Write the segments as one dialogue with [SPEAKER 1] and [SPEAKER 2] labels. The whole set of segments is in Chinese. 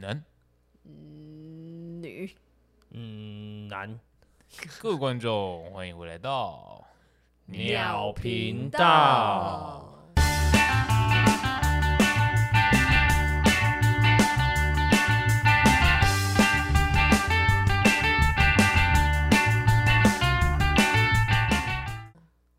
[SPEAKER 1] 能。
[SPEAKER 2] 女
[SPEAKER 3] 嗯，男
[SPEAKER 1] 各位观众，欢迎回来到
[SPEAKER 3] 鸟频道。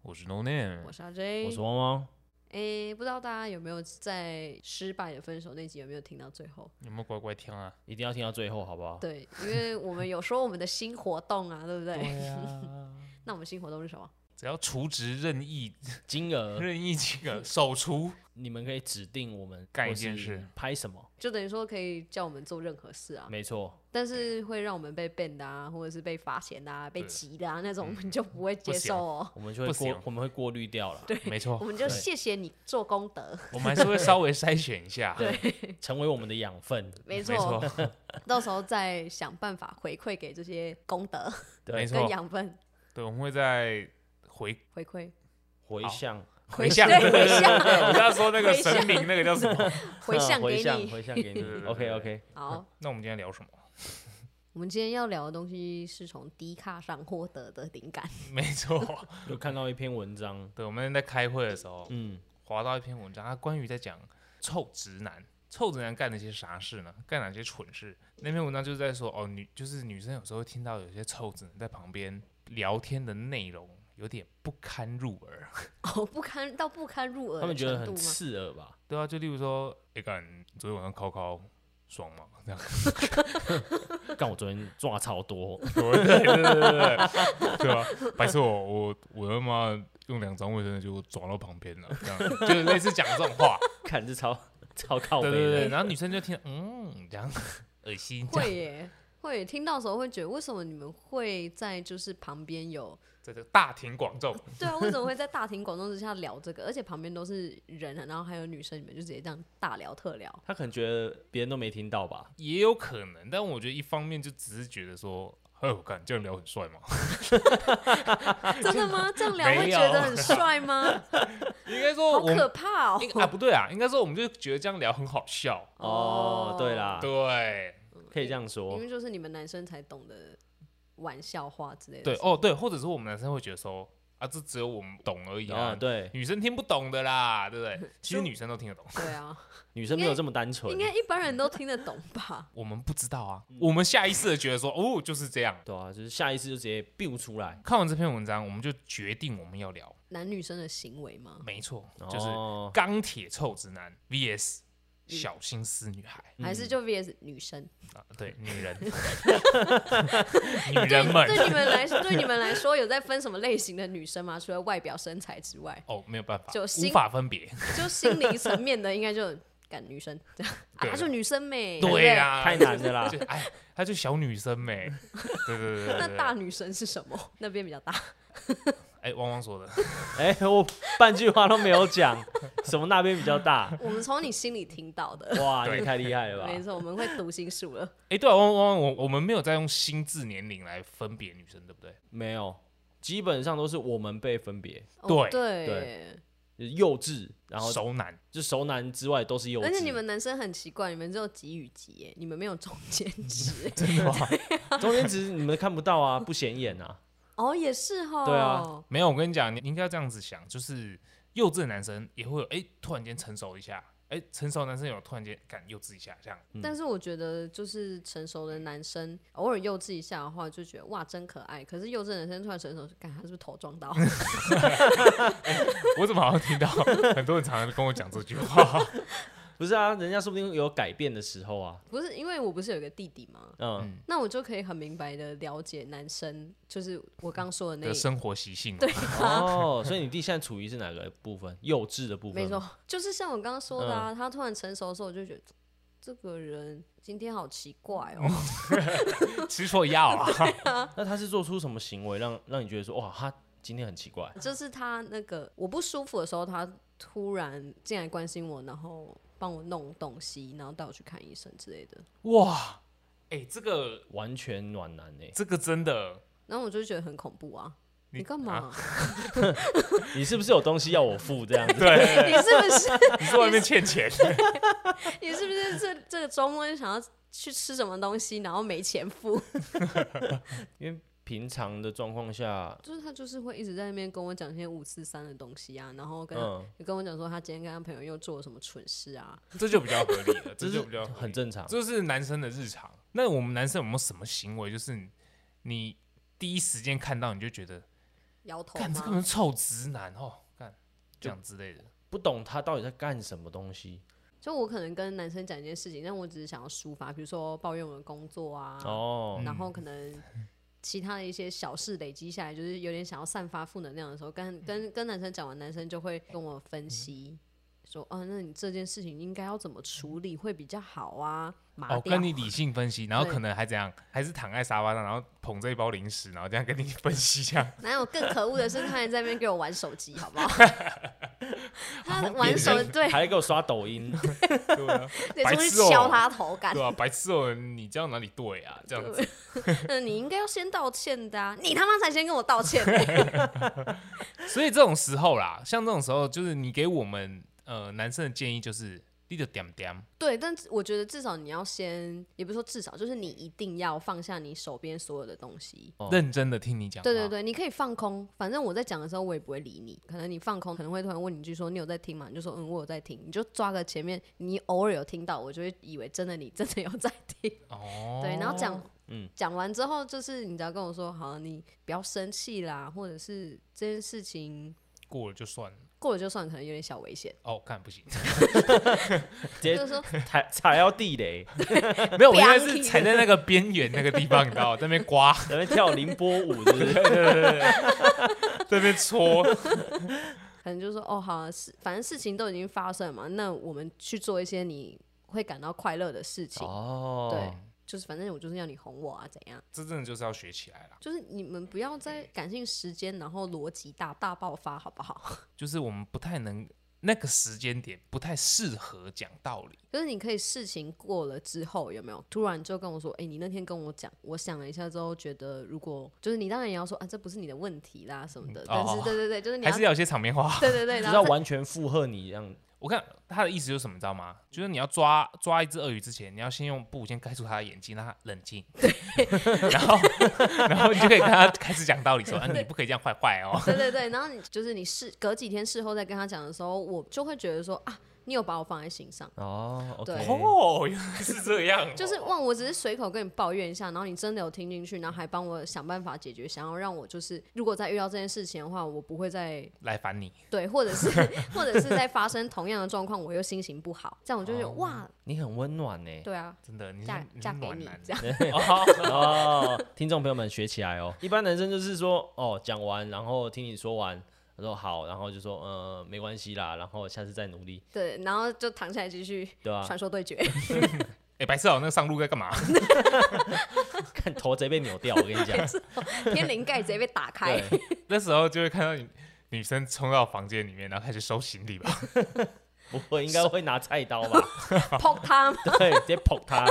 [SPEAKER 1] 我是 No Name
[SPEAKER 2] 我。是阿 J，
[SPEAKER 3] 我是汪汪，
[SPEAKER 2] 诶、不知道大家有没有在失败的分手那集有没有听到最后？
[SPEAKER 1] 有没有乖乖听啊？
[SPEAKER 3] 一定要听到最后，好不好？
[SPEAKER 2] 对，因为我们有说我们的新活动啊，对不对？
[SPEAKER 3] 啊，
[SPEAKER 2] 那我们新活动是什么？
[SPEAKER 1] 只要除职任意
[SPEAKER 3] 金
[SPEAKER 2] 呃
[SPEAKER 3] 额
[SPEAKER 1] 任意这个手 厨，
[SPEAKER 3] 你们可以指定我们
[SPEAKER 1] 干一
[SPEAKER 3] 或是
[SPEAKER 1] 件事，
[SPEAKER 3] 拍什么？
[SPEAKER 2] 就等于说可以叫我们做任何事啊，
[SPEAKER 3] 没错，
[SPEAKER 2] 但是会让我们被 ban 的啊，或者是被罚钱的啊，被
[SPEAKER 1] 对
[SPEAKER 2] 急的啊那种，我们就不会接
[SPEAKER 1] 不行哦
[SPEAKER 2] 受哦。
[SPEAKER 3] 我们就会
[SPEAKER 1] 不
[SPEAKER 3] 过
[SPEAKER 1] 行，
[SPEAKER 3] 我们会过滤掉了，
[SPEAKER 1] 没
[SPEAKER 2] 我
[SPEAKER 1] 错，
[SPEAKER 2] 们就
[SPEAKER 3] 对
[SPEAKER 2] 谢谢你做功德，
[SPEAKER 1] 我们还是会稍微筛选一下。
[SPEAKER 2] 对，
[SPEAKER 3] 成为我们的养分。
[SPEAKER 2] 没
[SPEAKER 1] 啊没
[SPEAKER 2] 错，
[SPEAKER 1] 错，
[SPEAKER 2] 到时候再想办法回馈给这些功德
[SPEAKER 3] 对
[SPEAKER 1] 没
[SPEAKER 2] 跟
[SPEAKER 1] 错，
[SPEAKER 2] 养分
[SPEAKER 1] 对，我们会在回
[SPEAKER 2] 回馈。
[SPEAKER 3] 回向，
[SPEAKER 1] 回向，
[SPEAKER 2] 对
[SPEAKER 1] 对
[SPEAKER 2] 回
[SPEAKER 1] 对对
[SPEAKER 2] 向
[SPEAKER 1] 对 我刚刚说那个
[SPEAKER 2] 回向
[SPEAKER 1] 神明那个叫什 么？
[SPEAKER 2] 回
[SPEAKER 3] 啊
[SPEAKER 2] 向给
[SPEAKER 3] 回向，
[SPEAKER 2] 你。
[SPEAKER 3] 回向给你
[SPEAKER 1] 对对对。对
[SPEAKER 3] OK OK，
[SPEAKER 2] 好，
[SPEAKER 1] 那我们今天聊什么？
[SPEAKER 2] 我们今天要聊的东西是从低卡上获得的灵感。
[SPEAKER 1] 没 错，
[SPEAKER 3] 有看到一篇文章，
[SPEAKER 1] 对，我们在开会的时候，
[SPEAKER 3] 嗯，
[SPEAKER 1] 划到一篇文章，它关于在讲臭直男，臭直男干了些啥事呢？干哪些蠢事？那篇文章就是在说，哦，女就是女生有时候会听到有些臭直男在旁边聊天的内容有点不堪入耳。
[SPEAKER 2] 哦，不堪到不堪入耳
[SPEAKER 3] 他
[SPEAKER 2] 的
[SPEAKER 3] 们觉得
[SPEAKER 2] 程度
[SPEAKER 3] 很
[SPEAKER 2] 吗？
[SPEAKER 3] 刺耳吧？
[SPEAKER 1] 对啊，就例如说，哎、干，干，昨天晚上考考爽吗？ 这样，
[SPEAKER 3] 干我昨天抓超多，
[SPEAKER 1] 对对对对对， 对啊，白色我我我他妈用两张卫生纸就转到旁边了，这样就是类似讲这种 话。
[SPEAKER 3] 看这超超靠背
[SPEAKER 1] 哦对对对，
[SPEAKER 3] 的。
[SPEAKER 1] 然后女生就听，嗯，这样恶心，这样
[SPEAKER 2] 会耶，会耶听到时候会觉得，为什么你们会在就是旁边有？
[SPEAKER 1] 这就大庭广众。
[SPEAKER 2] 对啊，为什么会在大庭广众之下聊这个？而且旁边都是人啊，然后还有女生，你们就直接这样大聊特 聊。
[SPEAKER 3] 他可能觉得别人都没听到吧？
[SPEAKER 1] 也有可能，但我觉得一方面就只是觉得说，哎呦，干这样聊很帅嘛，
[SPEAKER 2] 真的吗？这样聊
[SPEAKER 1] 没
[SPEAKER 2] 会觉
[SPEAKER 1] 有
[SPEAKER 2] 得很帅 吗？
[SPEAKER 1] 应该说
[SPEAKER 2] 好
[SPEAKER 1] 我
[SPEAKER 2] 可
[SPEAKER 1] 们
[SPEAKER 2] 怕
[SPEAKER 1] 应啊
[SPEAKER 2] 哦！
[SPEAKER 1] 不对啊，应该说我们就觉得这样聊很好笑，
[SPEAKER 3] 哦，对啦，
[SPEAKER 1] 对
[SPEAKER 3] 可以这样说
[SPEAKER 2] 因。为就是你们男生才懂得玩笑话之类的。
[SPEAKER 1] 对，哦对，或者是我们男生会觉得说啊，这只有我们懂而已
[SPEAKER 3] 啊，
[SPEAKER 1] 啊，
[SPEAKER 3] 对，
[SPEAKER 1] 女生听不懂的啦，对不对？ 其实
[SPEAKER 2] 就
[SPEAKER 1] 女生都听得懂，
[SPEAKER 2] 对啊，
[SPEAKER 3] 女生没有这么单纯
[SPEAKER 2] 应，该一般人都听得懂吧？
[SPEAKER 1] 我们不知道啊，
[SPEAKER 3] 嗯
[SPEAKER 1] 我们下意识的觉得说，哦就是这样。
[SPEAKER 3] 对啊，就是下意识就直接 biu 出来，
[SPEAKER 1] 看完这篇文章，我们就决定我们要聊，
[SPEAKER 2] 男女生的行为吗？
[SPEAKER 1] 没错，就是
[SPEAKER 3] 哦
[SPEAKER 1] 钢铁臭直男 VS
[SPEAKER 2] 嗯
[SPEAKER 1] 小心思女孩。
[SPEAKER 2] 还是就 VS 女生？
[SPEAKER 1] 啊，对，女 人，女人们
[SPEAKER 2] 对你们来说，对你们来说，有在分什么类型的女生吗？除了外表、身材之外，
[SPEAKER 1] 哦，没有办法，
[SPEAKER 2] 就
[SPEAKER 1] 无
[SPEAKER 2] 心
[SPEAKER 1] 法分 别。
[SPEAKER 2] 就心灵层面的，应该就感女生这样啊，
[SPEAKER 1] 对
[SPEAKER 2] 她就女生呗。
[SPEAKER 1] 对啊
[SPEAKER 2] 呀、
[SPEAKER 1] 呀，
[SPEAKER 3] 太难的啦
[SPEAKER 1] 就。哎，她就小女生呗。对对对
[SPEAKER 2] 那
[SPEAKER 1] 对
[SPEAKER 2] 大
[SPEAKER 1] 对，
[SPEAKER 2] 女生是什么？那边比较大，
[SPEAKER 1] 哎，汪汪说的，
[SPEAKER 3] 哎，我半句话都没有讲，什么那边比较大？
[SPEAKER 2] 我们从你心里听到的。
[SPEAKER 3] 哇，
[SPEAKER 1] 对啊
[SPEAKER 3] 你太厉害了
[SPEAKER 2] 没
[SPEAKER 3] 吧！
[SPEAKER 2] 错，我们会读心术了。
[SPEAKER 1] 哎，对啊，汪汪汪，我我们没有在用心智年龄来分别女生，对不对？
[SPEAKER 3] 没有，基本上都是我们被分别，
[SPEAKER 2] 哦
[SPEAKER 1] 对
[SPEAKER 2] 对
[SPEAKER 3] 就是幼稚，然后
[SPEAKER 1] 熟男，
[SPEAKER 3] 就熟男之外都是幼稚。
[SPEAKER 2] 而且你们男生很奇怪，你们只有级与级耶，你们没有中间值 耶。
[SPEAKER 3] 真的吗？中间值你们看不到啊，不显眼啊。
[SPEAKER 2] 哦，也是哈。
[SPEAKER 3] 对啊，
[SPEAKER 1] 没有。我跟你讲，你你应该这样子想，就是幼稚的男生也会有，哎，突然间成熟一下，哎，成熟的男生有突然间敢幼稚一下，这 样。
[SPEAKER 2] 但是我觉得，就是成熟的男生偶尔幼稚一下的话，就觉得哇真可爱。可是幼稚的男生突然成熟，感他是不是头撞到？
[SPEAKER 1] 我怎么好像听 到很多人常常跟我讲这句话？
[SPEAKER 3] 不是啊，人家说不定有改变的时候啊。
[SPEAKER 2] 不是因为我不是有个弟弟吗？
[SPEAKER 3] 嗯，
[SPEAKER 2] 那我就可以很明白的了解男生，就是我刚说的 那
[SPEAKER 1] 的
[SPEAKER 2] 一，
[SPEAKER 1] 生活习性嘛，
[SPEAKER 3] 哦，所以你弟现在处于是哪个部分？幼稚的部分。
[SPEAKER 2] 没错，，就是像我刚刚说
[SPEAKER 1] 嗯
[SPEAKER 2] 的啊。他突然成熟的时候，我就觉得这个人今天好奇怪哦。
[SPEAKER 1] 嗯吃错药啊。
[SPEAKER 3] 那他是做出什么行为让让你觉得说哇，他今天很奇怪？
[SPEAKER 2] 就是他那个我不舒服的时候，他突然进来关心我，然后帮我弄东西，然后带我去看医生之类的。
[SPEAKER 1] 哇，哎、这个
[SPEAKER 3] 完全暖男哎、
[SPEAKER 1] 这个真的，
[SPEAKER 2] 然后我就觉得很恐怖啊！
[SPEAKER 1] 你
[SPEAKER 2] 你干嘛？
[SPEAKER 1] 啊
[SPEAKER 3] 你是不是有东西要我付这样 子？
[SPEAKER 1] 对，
[SPEAKER 2] 你是不是
[SPEAKER 1] 你在外面欠钱，
[SPEAKER 2] 你是不是这这个周末就想要去吃什么东西，然后没钱付，
[SPEAKER 3] 因为平常的状况下，
[SPEAKER 2] 就是他就是会一直在那边跟我讲一些五四三的东西啊，然后跟他
[SPEAKER 3] 嗯，
[SPEAKER 2] 跟我讲说他今天跟他朋友又做了什么蠢事啊，
[SPEAKER 1] 这就比较合理了，这
[SPEAKER 3] 这是
[SPEAKER 1] 就比较合
[SPEAKER 3] 很
[SPEAKER 1] 理
[SPEAKER 3] 正常。
[SPEAKER 1] 这是男生的日常。那我们男生有没有什么行为，就是你你第一时间看到你就觉得，
[SPEAKER 2] 摇头
[SPEAKER 1] 干这个
[SPEAKER 2] 吗？
[SPEAKER 1] 人臭直男哦，干这样之类的，
[SPEAKER 3] 不懂他到底在干什么东西
[SPEAKER 2] 就我可能跟男生讲一件事情，但我只是想要抒发，比如说抱怨我的工作啊，
[SPEAKER 3] 哦，
[SPEAKER 2] 然后可能其他的一些小事累积下来，就是有点想要散发负能量的时候，跟跟跟男生讲完，男生就会跟我分析。说哦，那你这件事情应该要怎么处理会比较好啊？麻
[SPEAKER 1] 哦，
[SPEAKER 2] 掉，
[SPEAKER 1] 跟你理性分析，然后
[SPEAKER 2] 对
[SPEAKER 1] 可能还怎样，还是躺在沙发上，然后捧着一包零食，然后这样跟你分析一下。
[SPEAKER 2] 哪有更可恶的是，他还在那边给我玩 手机，好不好？他玩手对，
[SPEAKER 3] 还给我刷抖 音，
[SPEAKER 1] 对啊，
[SPEAKER 2] 对，
[SPEAKER 1] 白
[SPEAKER 2] 出去
[SPEAKER 1] 痴哦
[SPEAKER 2] 敲他头干
[SPEAKER 1] 对。啊，白痴哦，你这样哪里对啊？这样子，
[SPEAKER 2] 那你应该要先道歉的啊！你他妈才先跟我道歉、
[SPEAKER 1] 所以这种时候啦，像这种时候，就是你给我们呃男生的建议就是，你就点点，
[SPEAKER 2] 对，但我觉得至少你要先，也不是说至少，就是你一定要放下你手边所有的东西。
[SPEAKER 3] 哦
[SPEAKER 1] 认真的听你讲。
[SPEAKER 2] 对对，对，你可以放空，反正我在讲的时候我也不会理你。可能你放空，可能会突然问你一句说你有在听吗？你就说嗯，我有在听。你就抓个前面你偶尔有听到，我就会以为真的你真的有在听。
[SPEAKER 1] 哦，
[SPEAKER 2] 对，然后讲，
[SPEAKER 3] 嗯
[SPEAKER 2] 讲完之后就是你只要跟我说好，你不要生气啦，或者是这件事情
[SPEAKER 1] 过了就算了。
[SPEAKER 2] 过了就算，可能有点小危险。
[SPEAKER 1] 哦，看不行，
[SPEAKER 3] 直
[SPEAKER 2] 就
[SPEAKER 3] 接
[SPEAKER 2] 是说
[SPEAKER 3] 踩踩到地雷，
[SPEAKER 1] 没有，我现在
[SPEAKER 2] 不要
[SPEAKER 1] 是
[SPEAKER 2] 提
[SPEAKER 1] 踩在那个边缘那个地方，你知 道吗，在那边刮，
[SPEAKER 3] 在那边跳凌波舞，是不是？
[SPEAKER 1] 在那边搓，
[SPEAKER 2] 可能就说哦，好、啊，事反正事情都已经发生了嘛，那我们去做一些你会感到快乐的事情。
[SPEAKER 3] 哦
[SPEAKER 2] 对，就是反正我就是要你哄我啊，怎样？
[SPEAKER 1] 这真的就是要学起来啦。
[SPEAKER 2] 就是你们不要再感性时间，然后逻辑大大爆发，好不好？
[SPEAKER 1] 就是我们不太能那个时间点不太适合讲道理。
[SPEAKER 2] 就是你可以事情过了之后，有没有突然就跟我说，哎、你那天跟我讲，我想了一下之后，觉得如果就是你当然也要说啊，这不是你的问题啦什么的，但是
[SPEAKER 1] 哦
[SPEAKER 2] 对对对，就是你
[SPEAKER 1] 还
[SPEAKER 2] 要
[SPEAKER 1] 是要有些场面话。
[SPEAKER 2] 对对对，
[SPEAKER 3] 只
[SPEAKER 2] 然
[SPEAKER 3] 要
[SPEAKER 2] 后再
[SPEAKER 3] 完全附和你这样，
[SPEAKER 1] 我看他的意思就是什么，你知道吗？就是你要抓抓一只鳄鱼之前，你要先用布先盖住它的眼睛，让它冷静。 然后，然后你就可以跟他开始讲道理，说：“啊，你不可以这样坏坏哦。
[SPEAKER 2] 对对对，然后你就是你事隔几天事后再跟他讲的时候，我就会觉得说啊，你有把我放在心上。
[SPEAKER 3] 哦，OK，
[SPEAKER 2] 对
[SPEAKER 1] 哦，原来是这样哦、
[SPEAKER 2] 就是哇，我只是随口跟你抱怨一下，然后你真的有听进去，然后还帮我想办法解决，想要让我就是，如果再遇到这件事情的话，我不会再
[SPEAKER 1] 来烦你，
[SPEAKER 2] 对，或者是或者是再发生同样的状况，我又心情不好，这样我就觉得、哇，
[SPEAKER 3] 你很温暖欸呢。
[SPEAKER 2] 对啊，
[SPEAKER 1] 真的，你是
[SPEAKER 2] 嫁
[SPEAKER 1] 你是
[SPEAKER 2] 嫁给
[SPEAKER 1] 暖
[SPEAKER 2] 你
[SPEAKER 1] 男，
[SPEAKER 2] 这样，
[SPEAKER 3] 哦，听众朋友们学起来哦。一般男生就是说，哦，讲完然后听你说完，他说好，然后就说，呃，没关系啦，然后下次再努力，
[SPEAKER 2] 对，然后就躺下来继续
[SPEAKER 3] 对吧、啊
[SPEAKER 2] 传说对决，
[SPEAKER 1] 哎、白痴佬那个上路在干嘛？
[SPEAKER 3] 看头直接被扭掉，我跟你讲，
[SPEAKER 2] 天灵盖直接被打开
[SPEAKER 3] 对，，
[SPEAKER 1] 那时候就会看到女女生冲到房间里面，然后开始收行李 吧。
[SPEAKER 3] 不会应该会拿菜刀 吧？
[SPEAKER 2] 砰他。
[SPEAKER 3] 对，直接捧他。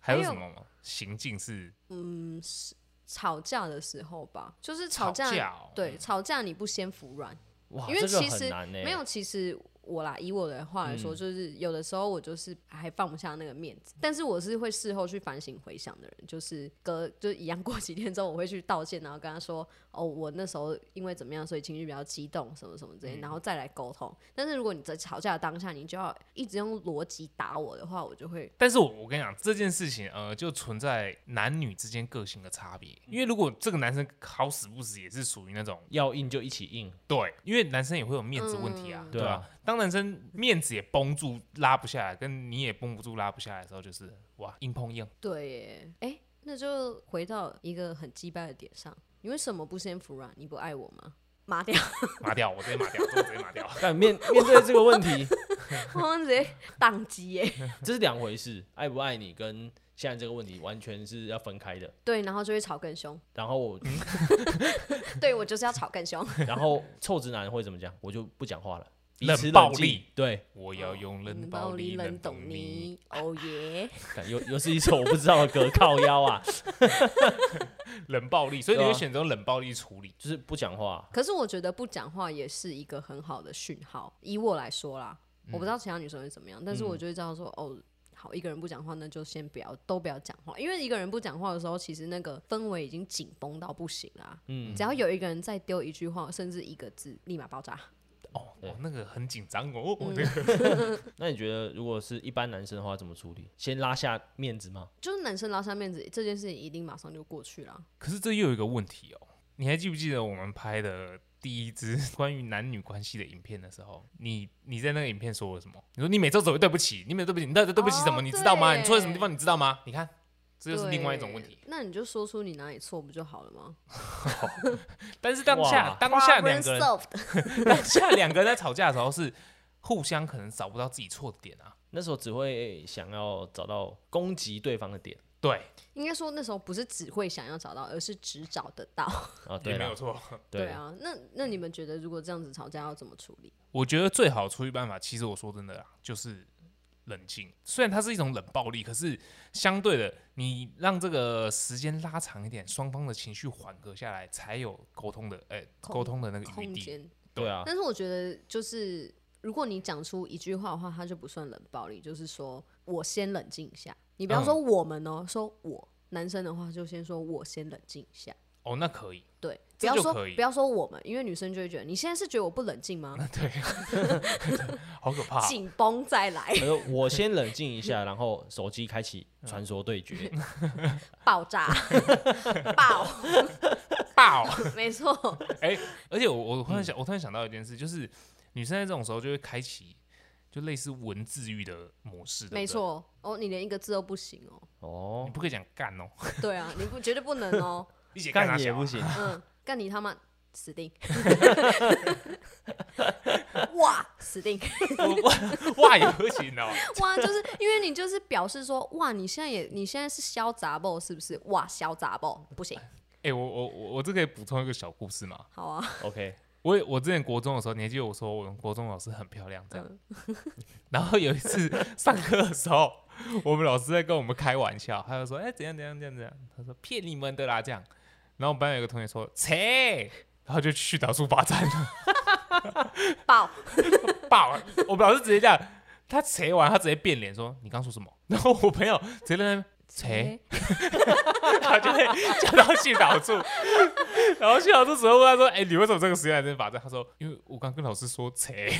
[SPEAKER 1] 还有
[SPEAKER 2] 还有
[SPEAKER 1] 什么吗？行径是
[SPEAKER 2] 嗯，是 吵架的时候吧，就是吵架，
[SPEAKER 1] 吵架哦
[SPEAKER 2] 对，吵架你不先服软，
[SPEAKER 3] 哇，
[SPEAKER 2] 因为
[SPEAKER 3] 这个
[SPEAKER 2] 其实
[SPEAKER 3] 很难欸呢。
[SPEAKER 2] 没有，其实我啦，以我的话来说，就是有的时候我就是还放不下那个面子，但是我是会事后去反省回想的人，就是隔就一样过几天之后，我会去道歉，然后跟他说，哦，我那时候因为怎么样，所以情绪比较激动，什么什么之类，然后再来沟通。但是如果你在吵架的当下，你就要一直用逻辑打我的话，我就会
[SPEAKER 1] 但是我我跟你讲这件事情，呃，就存在男女之间个性的差别。因为如果这个男生好死不死也是属于那种
[SPEAKER 3] 要硬就一起硬，
[SPEAKER 1] 对，因为男生也会有面子问题啊，
[SPEAKER 2] 嗯
[SPEAKER 1] 对吧、
[SPEAKER 3] 对
[SPEAKER 1] 啊
[SPEAKER 3] 啊？
[SPEAKER 1] 当男生面子也绷住拉不下来，跟你也绷不住拉不下来的时候，就是哇硬碰硬。
[SPEAKER 2] 对耶，哎、那就回到一个很击败的点上，你为什么不先服软？你不爱我吗？麻掉，
[SPEAKER 1] 麻掉，我直接麻掉， 我直接麻掉。
[SPEAKER 3] 但面面对这个问题，
[SPEAKER 2] 我刚刚直接宕机耶。
[SPEAKER 3] 这是两回事，爱不爱你跟现在这个问题完全是要分开的。
[SPEAKER 2] 对，然后就会吵更凶。
[SPEAKER 3] 然后 我，
[SPEAKER 2] 对我就是要吵更凶。
[SPEAKER 3] 然后臭直男会怎么讲？我就不讲话了，彼
[SPEAKER 1] 冷
[SPEAKER 3] 此
[SPEAKER 1] 暴
[SPEAKER 3] 冷静
[SPEAKER 1] 力，
[SPEAKER 3] 对，
[SPEAKER 1] 我要用冷暴
[SPEAKER 2] 暴
[SPEAKER 1] 力
[SPEAKER 2] 冷
[SPEAKER 1] 冷
[SPEAKER 2] 冻
[SPEAKER 1] 冻你。
[SPEAKER 2] 你，哦耶！
[SPEAKER 3] 干又又是一首我不知道的歌， 靠腰啊，
[SPEAKER 1] 冷暴力，所以你
[SPEAKER 3] 对啊
[SPEAKER 1] 会选择冷暴力处理。
[SPEAKER 3] 就是不讲话，
[SPEAKER 2] 可是我觉得不讲话也是一个
[SPEAKER 1] 嗯
[SPEAKER 2] 很好的讯号。以我来说啦，我不知道其他女生会怎么样，但是我就会知道说，哦，好，一个人不讲话那就先不要，都不要讲话，因为一个人不讲话的时候，其实那个氛围已经紧绷到不行啦、
[SPEAKER 3] 嗯
[SPEAKER 2] 只要有一个人再丢一句话，甚至一个字，立马爆炸。
[SPEAKER 1] 哦，
[SPEAKER 3] 对嗯
[SPEAKER 1] 哦那个很紧张哦，我那个
[SPEAKER 3] 那你觉得如果是一般男生的话，怎么处理？先拉下面子吗？
[SPEAKER 2] 就是男生拉下面子这件事情，一定马上就过去了。
[SPEAKER 1] 可是这又有一个问题哦，你还记不记得我们拍的第一支 关于男女关系的影片的时候，你你在那个影片说了什么？你说你每周只会对不起，你每周对不起，你到底对不起什么？
[SPEAKER 2] 哦
[SPEAKER 1] 你知道吗？
[SPEAKER 2] 对
[SPEAKER 1] 你错在什么地方？你知道吗？你看，这
[SPEAKER 2] 这
[SPEAKER 1] 就是另外一种问题。。
[SPEAKER 2] 那你就说出你哪里错不就好了吗？
[SPEAKER 1] 但是当下
[SPEAKER 3] 哇
[SPEAKER 1] 当下两个
[SPEAKER 2] Problem
[SPEAKER 1] 人
[SPEAKER 2] solved
[SPEAKER 1] 当下两个人在吵架的时候是互相可能找不到自己错的点啊。
[SPEAKER 3] 那时候只会想要找到攻击对方的点
[SPEAKER 1] 对，
[SPEAKER 2] 应该说那时候不是只会想要找到，而是只找得到。
[SPEAKER 3] 啊，对
[SPEAKER 1] 也没
[SPEAKER 3] 啦
[SPEAKER 1] 有错。
[SPEAKER 2] 对
[SPEAKER 3] 对，
[SPEAKER 2] 啊，那那
[SPEAKER 1] 嗯
[SPEAKER 2] 你们觉得如果这样子吵架要怎么处理？
[SPEAKER 1] 我觉得最好的处理办法，其实我说真的啊，就是冷静。虽然它是一种冷暴力，可是相对的，你让这个时间拉长一点，双方的情绪缓和下来，才有沟通的，哎、
[SPEAKER 2] 空
[SPEAKER 1] 沟通的那个余
[SPEAKER 2] 空
[SPEAKER 1] 地。
[SPEAKER 2] 间。
[SPEAKER 3] 对啊，
[SPEAKER 2] 但是我觉得就是。如果你讲出一句话的话，它就不算冷暴力，就是说我先冷静一下。你
[SPEAKER 1] 嗯
[SPEAKER 2] 不要说我们哦、说我男生的话就先说我先冷静一下。
[SPEAKER 1] 哦，那可以，
[SPEAKER 2] 对，不
[SPEAKER 1] 这
[SPEAKER 2] 要
[SPEAKER 1] 就
[SPEAKER 2] 说
[SPEAKER 1] 可以
[SPEAKER 2] 不要说我们，因为女生就会觉得你现在是觉得我不冷静 吗？
[SPEAKER 1] 对，好可怕啊、
[SPEAKER 2] 紧绷再来，
[SPEAKER 3] 他说呃我先冷静一下，然后手机开启传说对决，
[SPEAKER 2] 爆 炸，爆，
[SPEAKER 1] 爆！
[SPEAKER 2] 没错，
[SPEAKER 1] 哎、而且我我
[SPEAKER 3] 嗯
[SPEAKER 1] 突然想，我突然想到一件事，就是女生在这种时候就会开启。就类似文字狱的模式，对不对
[SPEAKER 2] 没，错。哦，你连一个字都不行哦。
[SPEAKER 3] 哦
[SPEAKER 1] 你，不可以讲干哦，
[SPEAKER 2] 对啊，你不绝对不能哦。
[SPEAKER 1] 一起干他
[SPEAKER 3] 干也
[SPEAKER 1] 小啊
[SPEAKER 3] 不行，
[SPEAKER 2] 嗯，干你他妈死定！ 哇，死定！
[SPEAKER 1] 哇哇也不 行哦，
[SPEAKER 2] 哇，就是因为你就是表示说，哇，你现在也你现在是小杂爆是不是？哇，小杂爆不行，
[SPEAKER 1] 哎、我我我我这可以补充一个小故事吗？
[SPEAKER 2] 好啊，
[SPEAKER 3] OK，
[SPEAKER 1] 我也我之前国中的时候，你还记得我说我们国中老师很漂亮这样。
[SPEAKER 2] 嗯
[SPEAKER 1] 然后有一次上课的时候，我们老师在跟我们开玩笑，他就说：“哎、怎样怎样怎样怎样。”他说：“骗你们的啦，这样。”然后我们班有一个同学说：“切！”然后就去到处罚站了，
[SPEAKER 2] 爆
[SPEAKER 1] 爆！我们老师直接这样，他切完他直接变脸说：“你刚说什么？” 然后我朋友直接在那边切，他就会 叫到训导处，然后训导处只会问他说：“哎、你为什么这个时间还在罚站？”他说：“因为我刚跟老师说切。”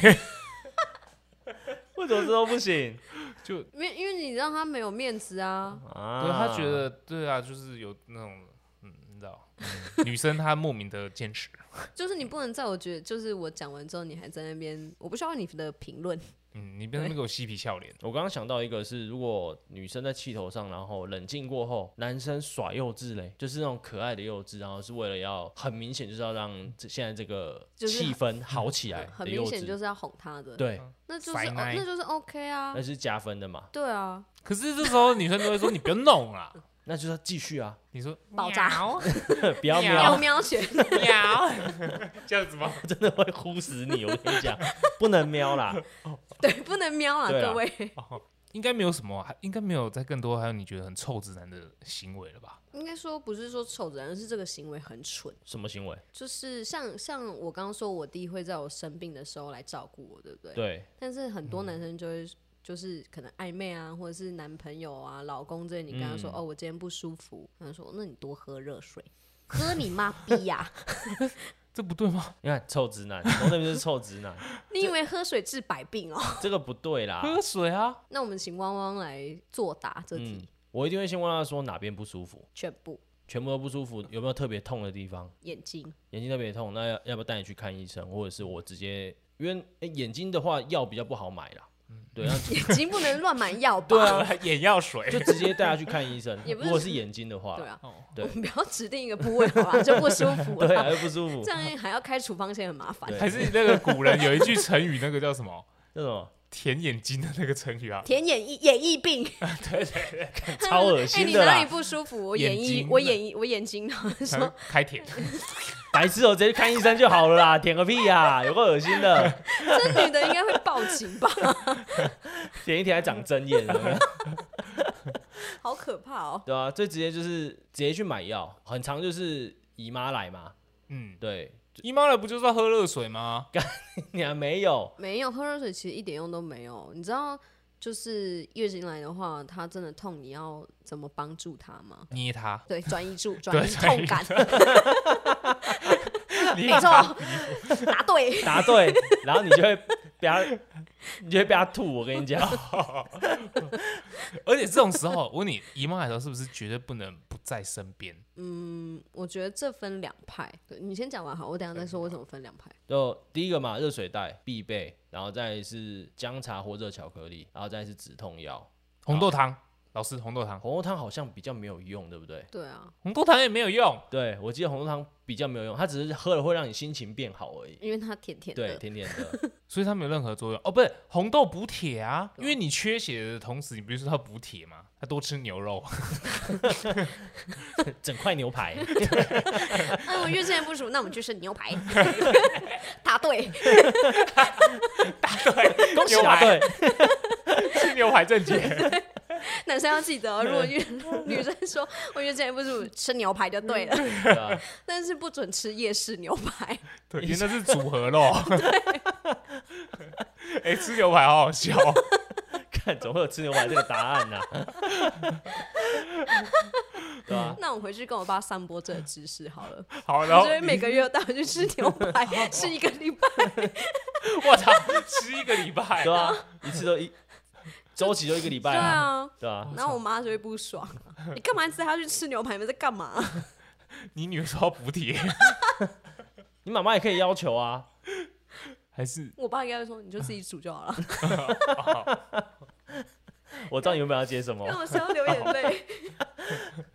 [SPEAKER 3] 为什么这都不行
[SPEAKER 1] 就
[SPEAKER 2] 因为因为你让他没有面子啊，
[SPEAKER 3] 啊？
[SPEAKER 1] 对 他觉得对啊，就是有那种嗯，你知道，嗯女生她莫名的坚持，
[SPEAKER 2] 就是你不能在我觉得就是我讲完之后，你还在那边，我不需要你的评论，
[SPEAKER 1] 嗯，你不要那边给我嬉皮笑脸，
[SPEAKER 3] 我刚刚想到一个是，如果女生在气头上，然后冷静过后，男生耍幼稚嘞，就是那种可爱的幼稚，然后是为了要很明显就是要让这现在这个
[SPEAKER 2] 就是
[SPEAKER 3] 气氛好起来
[SPEAKER 2] 很
[SPEAKER 3] 的幼稚，
[SPEAKER 2] 明显就是要哄他的，
[SPEAKER 3] 对，呃
[SPEAKER 2] 那就是
[SPEAKER 1] 塞
[SPEAKER 2] 哦
[SPEAKER 1] 奶
[SPEAKER 2] 那就是 OK 啊
[SPEAKER 3] 那，是加分的嘛，
[SPEAKER 2] 对啊，
[SPEAKER 1] 可是这时候女生都会说你不要弄啊啦，
[SPEAKER 3] 那就是要继续啊，
[SPEAKER 1] 你说
[SPEAKER 2] 爆炸
[SPEAKER 1] 喵
[SPEAKER 3] 不要
[SPEAKER 1] 好
[SPEAKER 2] 喵
[SPEAKER 3] 瞄，
[SPEAKER 2] 喵犬，
[SPEAKER 1] 喵，这样子吗？
[SPEAKER 3] 真的会呼死你，我跟你讲， 不能瞄啦，
[SPEAKER 2] 对，不能喵啊，
[SPEAKER 3] 对啊
[SPEAKER 2] 各位，
[SPEAKER 1] 应该没有什么，还应该没有再更多还有你觉得很臭直男的行为了吧？
[SPEAKER 2] 应该说不是说丑人，而是这个行为很蠢，
[SPEAKER 3] 什么行为？
[SPEAKER 2] 就是像像我刚刚说，我弟会在我生病的时候来照顾我，对不对？
[SPEAKER 3] 对，嗯
[SPEAKER 2] 但是很多男生就会。就是可能暧昧啊，或者是男朋友啊、老公这些，你跟他说、
[SPEAKER 3] 嗯
[SPEAKER 2] 哦，我今天不舒服，他就说那你多喝热水，喝你妈逼呀、
[SPEAKER 1] 这不对吗？
[SPEAKER 3] 你看臭直男，我那边就是臭直男，
[SPEAKER 2] 你以为喝水治百病哦？
[SPEAKER 3] 这个不对啦，
[SPEAKER 1] 喝水啊，
[SPEAKER 2] 那我们请汪汪来作答这题，
[SPEAKER 3] 嗯，我一定会先问他说哪边不舒服，
[SPEAKER 2] 全部
[SPEAKER 3] 全部都不舒服，有没有特别痛的地方？
[SPEAKER 2] 眼睛
[SPEAKER 3] 眼睛特别痛，那要要不要带你去看医生，或者是我直接因为、诶眼睛的话药比较不好买啦，对，那
[SPEAKER 2] 眼睛不能乱买药吧？
[SPEAKER 3] 对啊
[SPEAKER 1] 啊，眼药水
[SPEAKER 3] 就直接带他去看医生
[SPEAKER 2] 。也不是
[SPEAKER 3] 如果是眼睛的话
[SPEAKER 2] 对
[SPEAKER 3] 啦，
[SPEAKER 2] 啊，
[SPEAKER 3] 对
[SPEAKER 2] 我们不要指定一个部位好吧，就不舒服
[SPEAKER 3] 对啊，
[SPEAKER 2] 了。
[SPEAKER 3] 还不舒 服
[SPEAKER 2] 这，样还要开处方先很麻烦。
[SPEAKER 3] 对
[SPEAKER 1] 还是那个古人有一句成语，那个叫什么？
[SPEAKER 3] 那 种
[SPEAKER 1] 舔眼睛的那个成语啊，
[SPEAKER 2] 舔眼疫眼疫病，
[SPEAKER 3] 超恶
[SPEAKER 2] 哎，
[SPEAKER 3] 心
[SPEAKER 2] 你
[SPEAKER 3] 的
[SPEAKER 2] 哪里
[SPEAKER 3] 啦，
[SPEAKER 2] 不舒服？我
[SPEAKER 1] 眼
[SPEAKER 2] 眼疫
[SPEAKER 1] 睛，
[SPEAKER 2] 我眼疫，我眼睛。然后说
[SPEAKER 1] 开 舔。
[SPEAKER 3] 白痴哦、直接去看医生就好了啦，舔个屁呀、有个恶心的，
[SPEAKER 2] 这女的应该会报警吧？
[SPEAKER 3] 舔一舔还长针眼， 有没有
[SPEAKER 2] 好可怕哦！
[SPEAKER 3] 对啊，最直接就是直接去买药，很常就是姨妈来嘛，
[SPEAKER 1] 嗯，
[SPEAKER 3] 对，
[SPEAKER 1] 姨妈来不就是要喝热水吗？
[SPEAKER 3] 你还没有，
[SPEAKER 2] 没有喝热水，其实一点用都没有。你知道，就是月经来的话，它真的痛，你要怎么帮助它吗？
[SPEAKER 1] 捏他，
[SPEAKER 2] 对，转移注，转移
[SPEAKER 1] 转
[SPEAKER 2] 痛
[SPEAKER 1] 移
[SPEAKER 2] 感，
[SPEAKER 1] 没
[SPEAKER 2] 没错，答对。
[SPEAKER 3] 答对，然后你就会被他，你就会被他吐。我跟你讲，
[SPEAKER 1] 而且这种时候，我问你，姨妈来的时候是不是绝对不能不在身边？
[SPEAKER 2] 嗯，我觉得这分两派，对你先讲完好，我等一下再说为什么分两派。
[SPEAKER 3] 就第一个嘛，热水袋必备，然后再来是姜茶或热巧克力，然后再来是止痛药。
[SPEAKER 1] 红豆汤，哦老师，红豆汤，
[SPEAKER 3] 红豆汤好像比较没有用，对不对？
[SPEAKER 2] 对啊，
[SPEAKER 1] 红豆汤也没有用，
[SPEAKER 3] 对，我记得红豆汤比较没有用，它只是喝了会让你心情变好而已。
[SPEAKER 2] 因为它甜甜
[SPEAKER 3] 对，
[SPEAKER 2] 的，
[SPEAKER 3] 甜甜的，
[SPEAKER 1] 所以它没有任何作用。哦，不是，红豆补铁啊，因为你缺血的同时，你不是说它补铁吗？它多吃牛 肉，
[SPEAKER 3] 整块牛 排。
[SPEAKER 2] 哎，我月经来不舒服，那我们去吃 牛排。答对，
[SPEAKER 1] 恭啊
[SPEAKER 3] 牛排啊 对，
[SPEAKER 1] 吃牛排正解。
[SPEAKER 2] 男生要记得哦，如果女女生说我月经来不舒服，吃牛排就对了，
[SPEAKER 3] 对啊，
[SPEAKER 2] 但是不准吃夜市牛排。
[SPEAKER 1] 对，因为那是组合肉。 哎、吃牛排好好笑。哦
[SPEAKER 3] 看怎么会有吃牛排这个答案呢、 对啊，
[SPEAKER 2] 那我回去跟我爸散播这个知识好了，
[SPEAKER 1] 好，然后
[SPEAKER 2] 所以每个月 带我去吃牛排，吃一个礼拜，
[SPEAKER 1] 我操，吃一个礼拜
[SPEAKER 3] 对，啊，一次都一 周期就一个礼
[SPEAKER 2] 对
[SPEAKER 3] 拜啊，
[SPEAKER 2] 啊。
[SPEAKER 3] 对啊，
[SPEAKER 2] 然后我妈就会 不爽啊，你干嘛一直带她去吃牛排？你们在干嘛？
[SPEAKER 1] 你女儿说要补铁，
[SPEAKER 3] 你妈妈也可以要求啊，
[SPEAKER 1] 还是
[SPEAKER 2] 我爸应该会说你就自己煮就好了，
[SPEAKER 3] 我知道你们要接什么。
[SPEAKER 2] 让我谁要流眼 泪。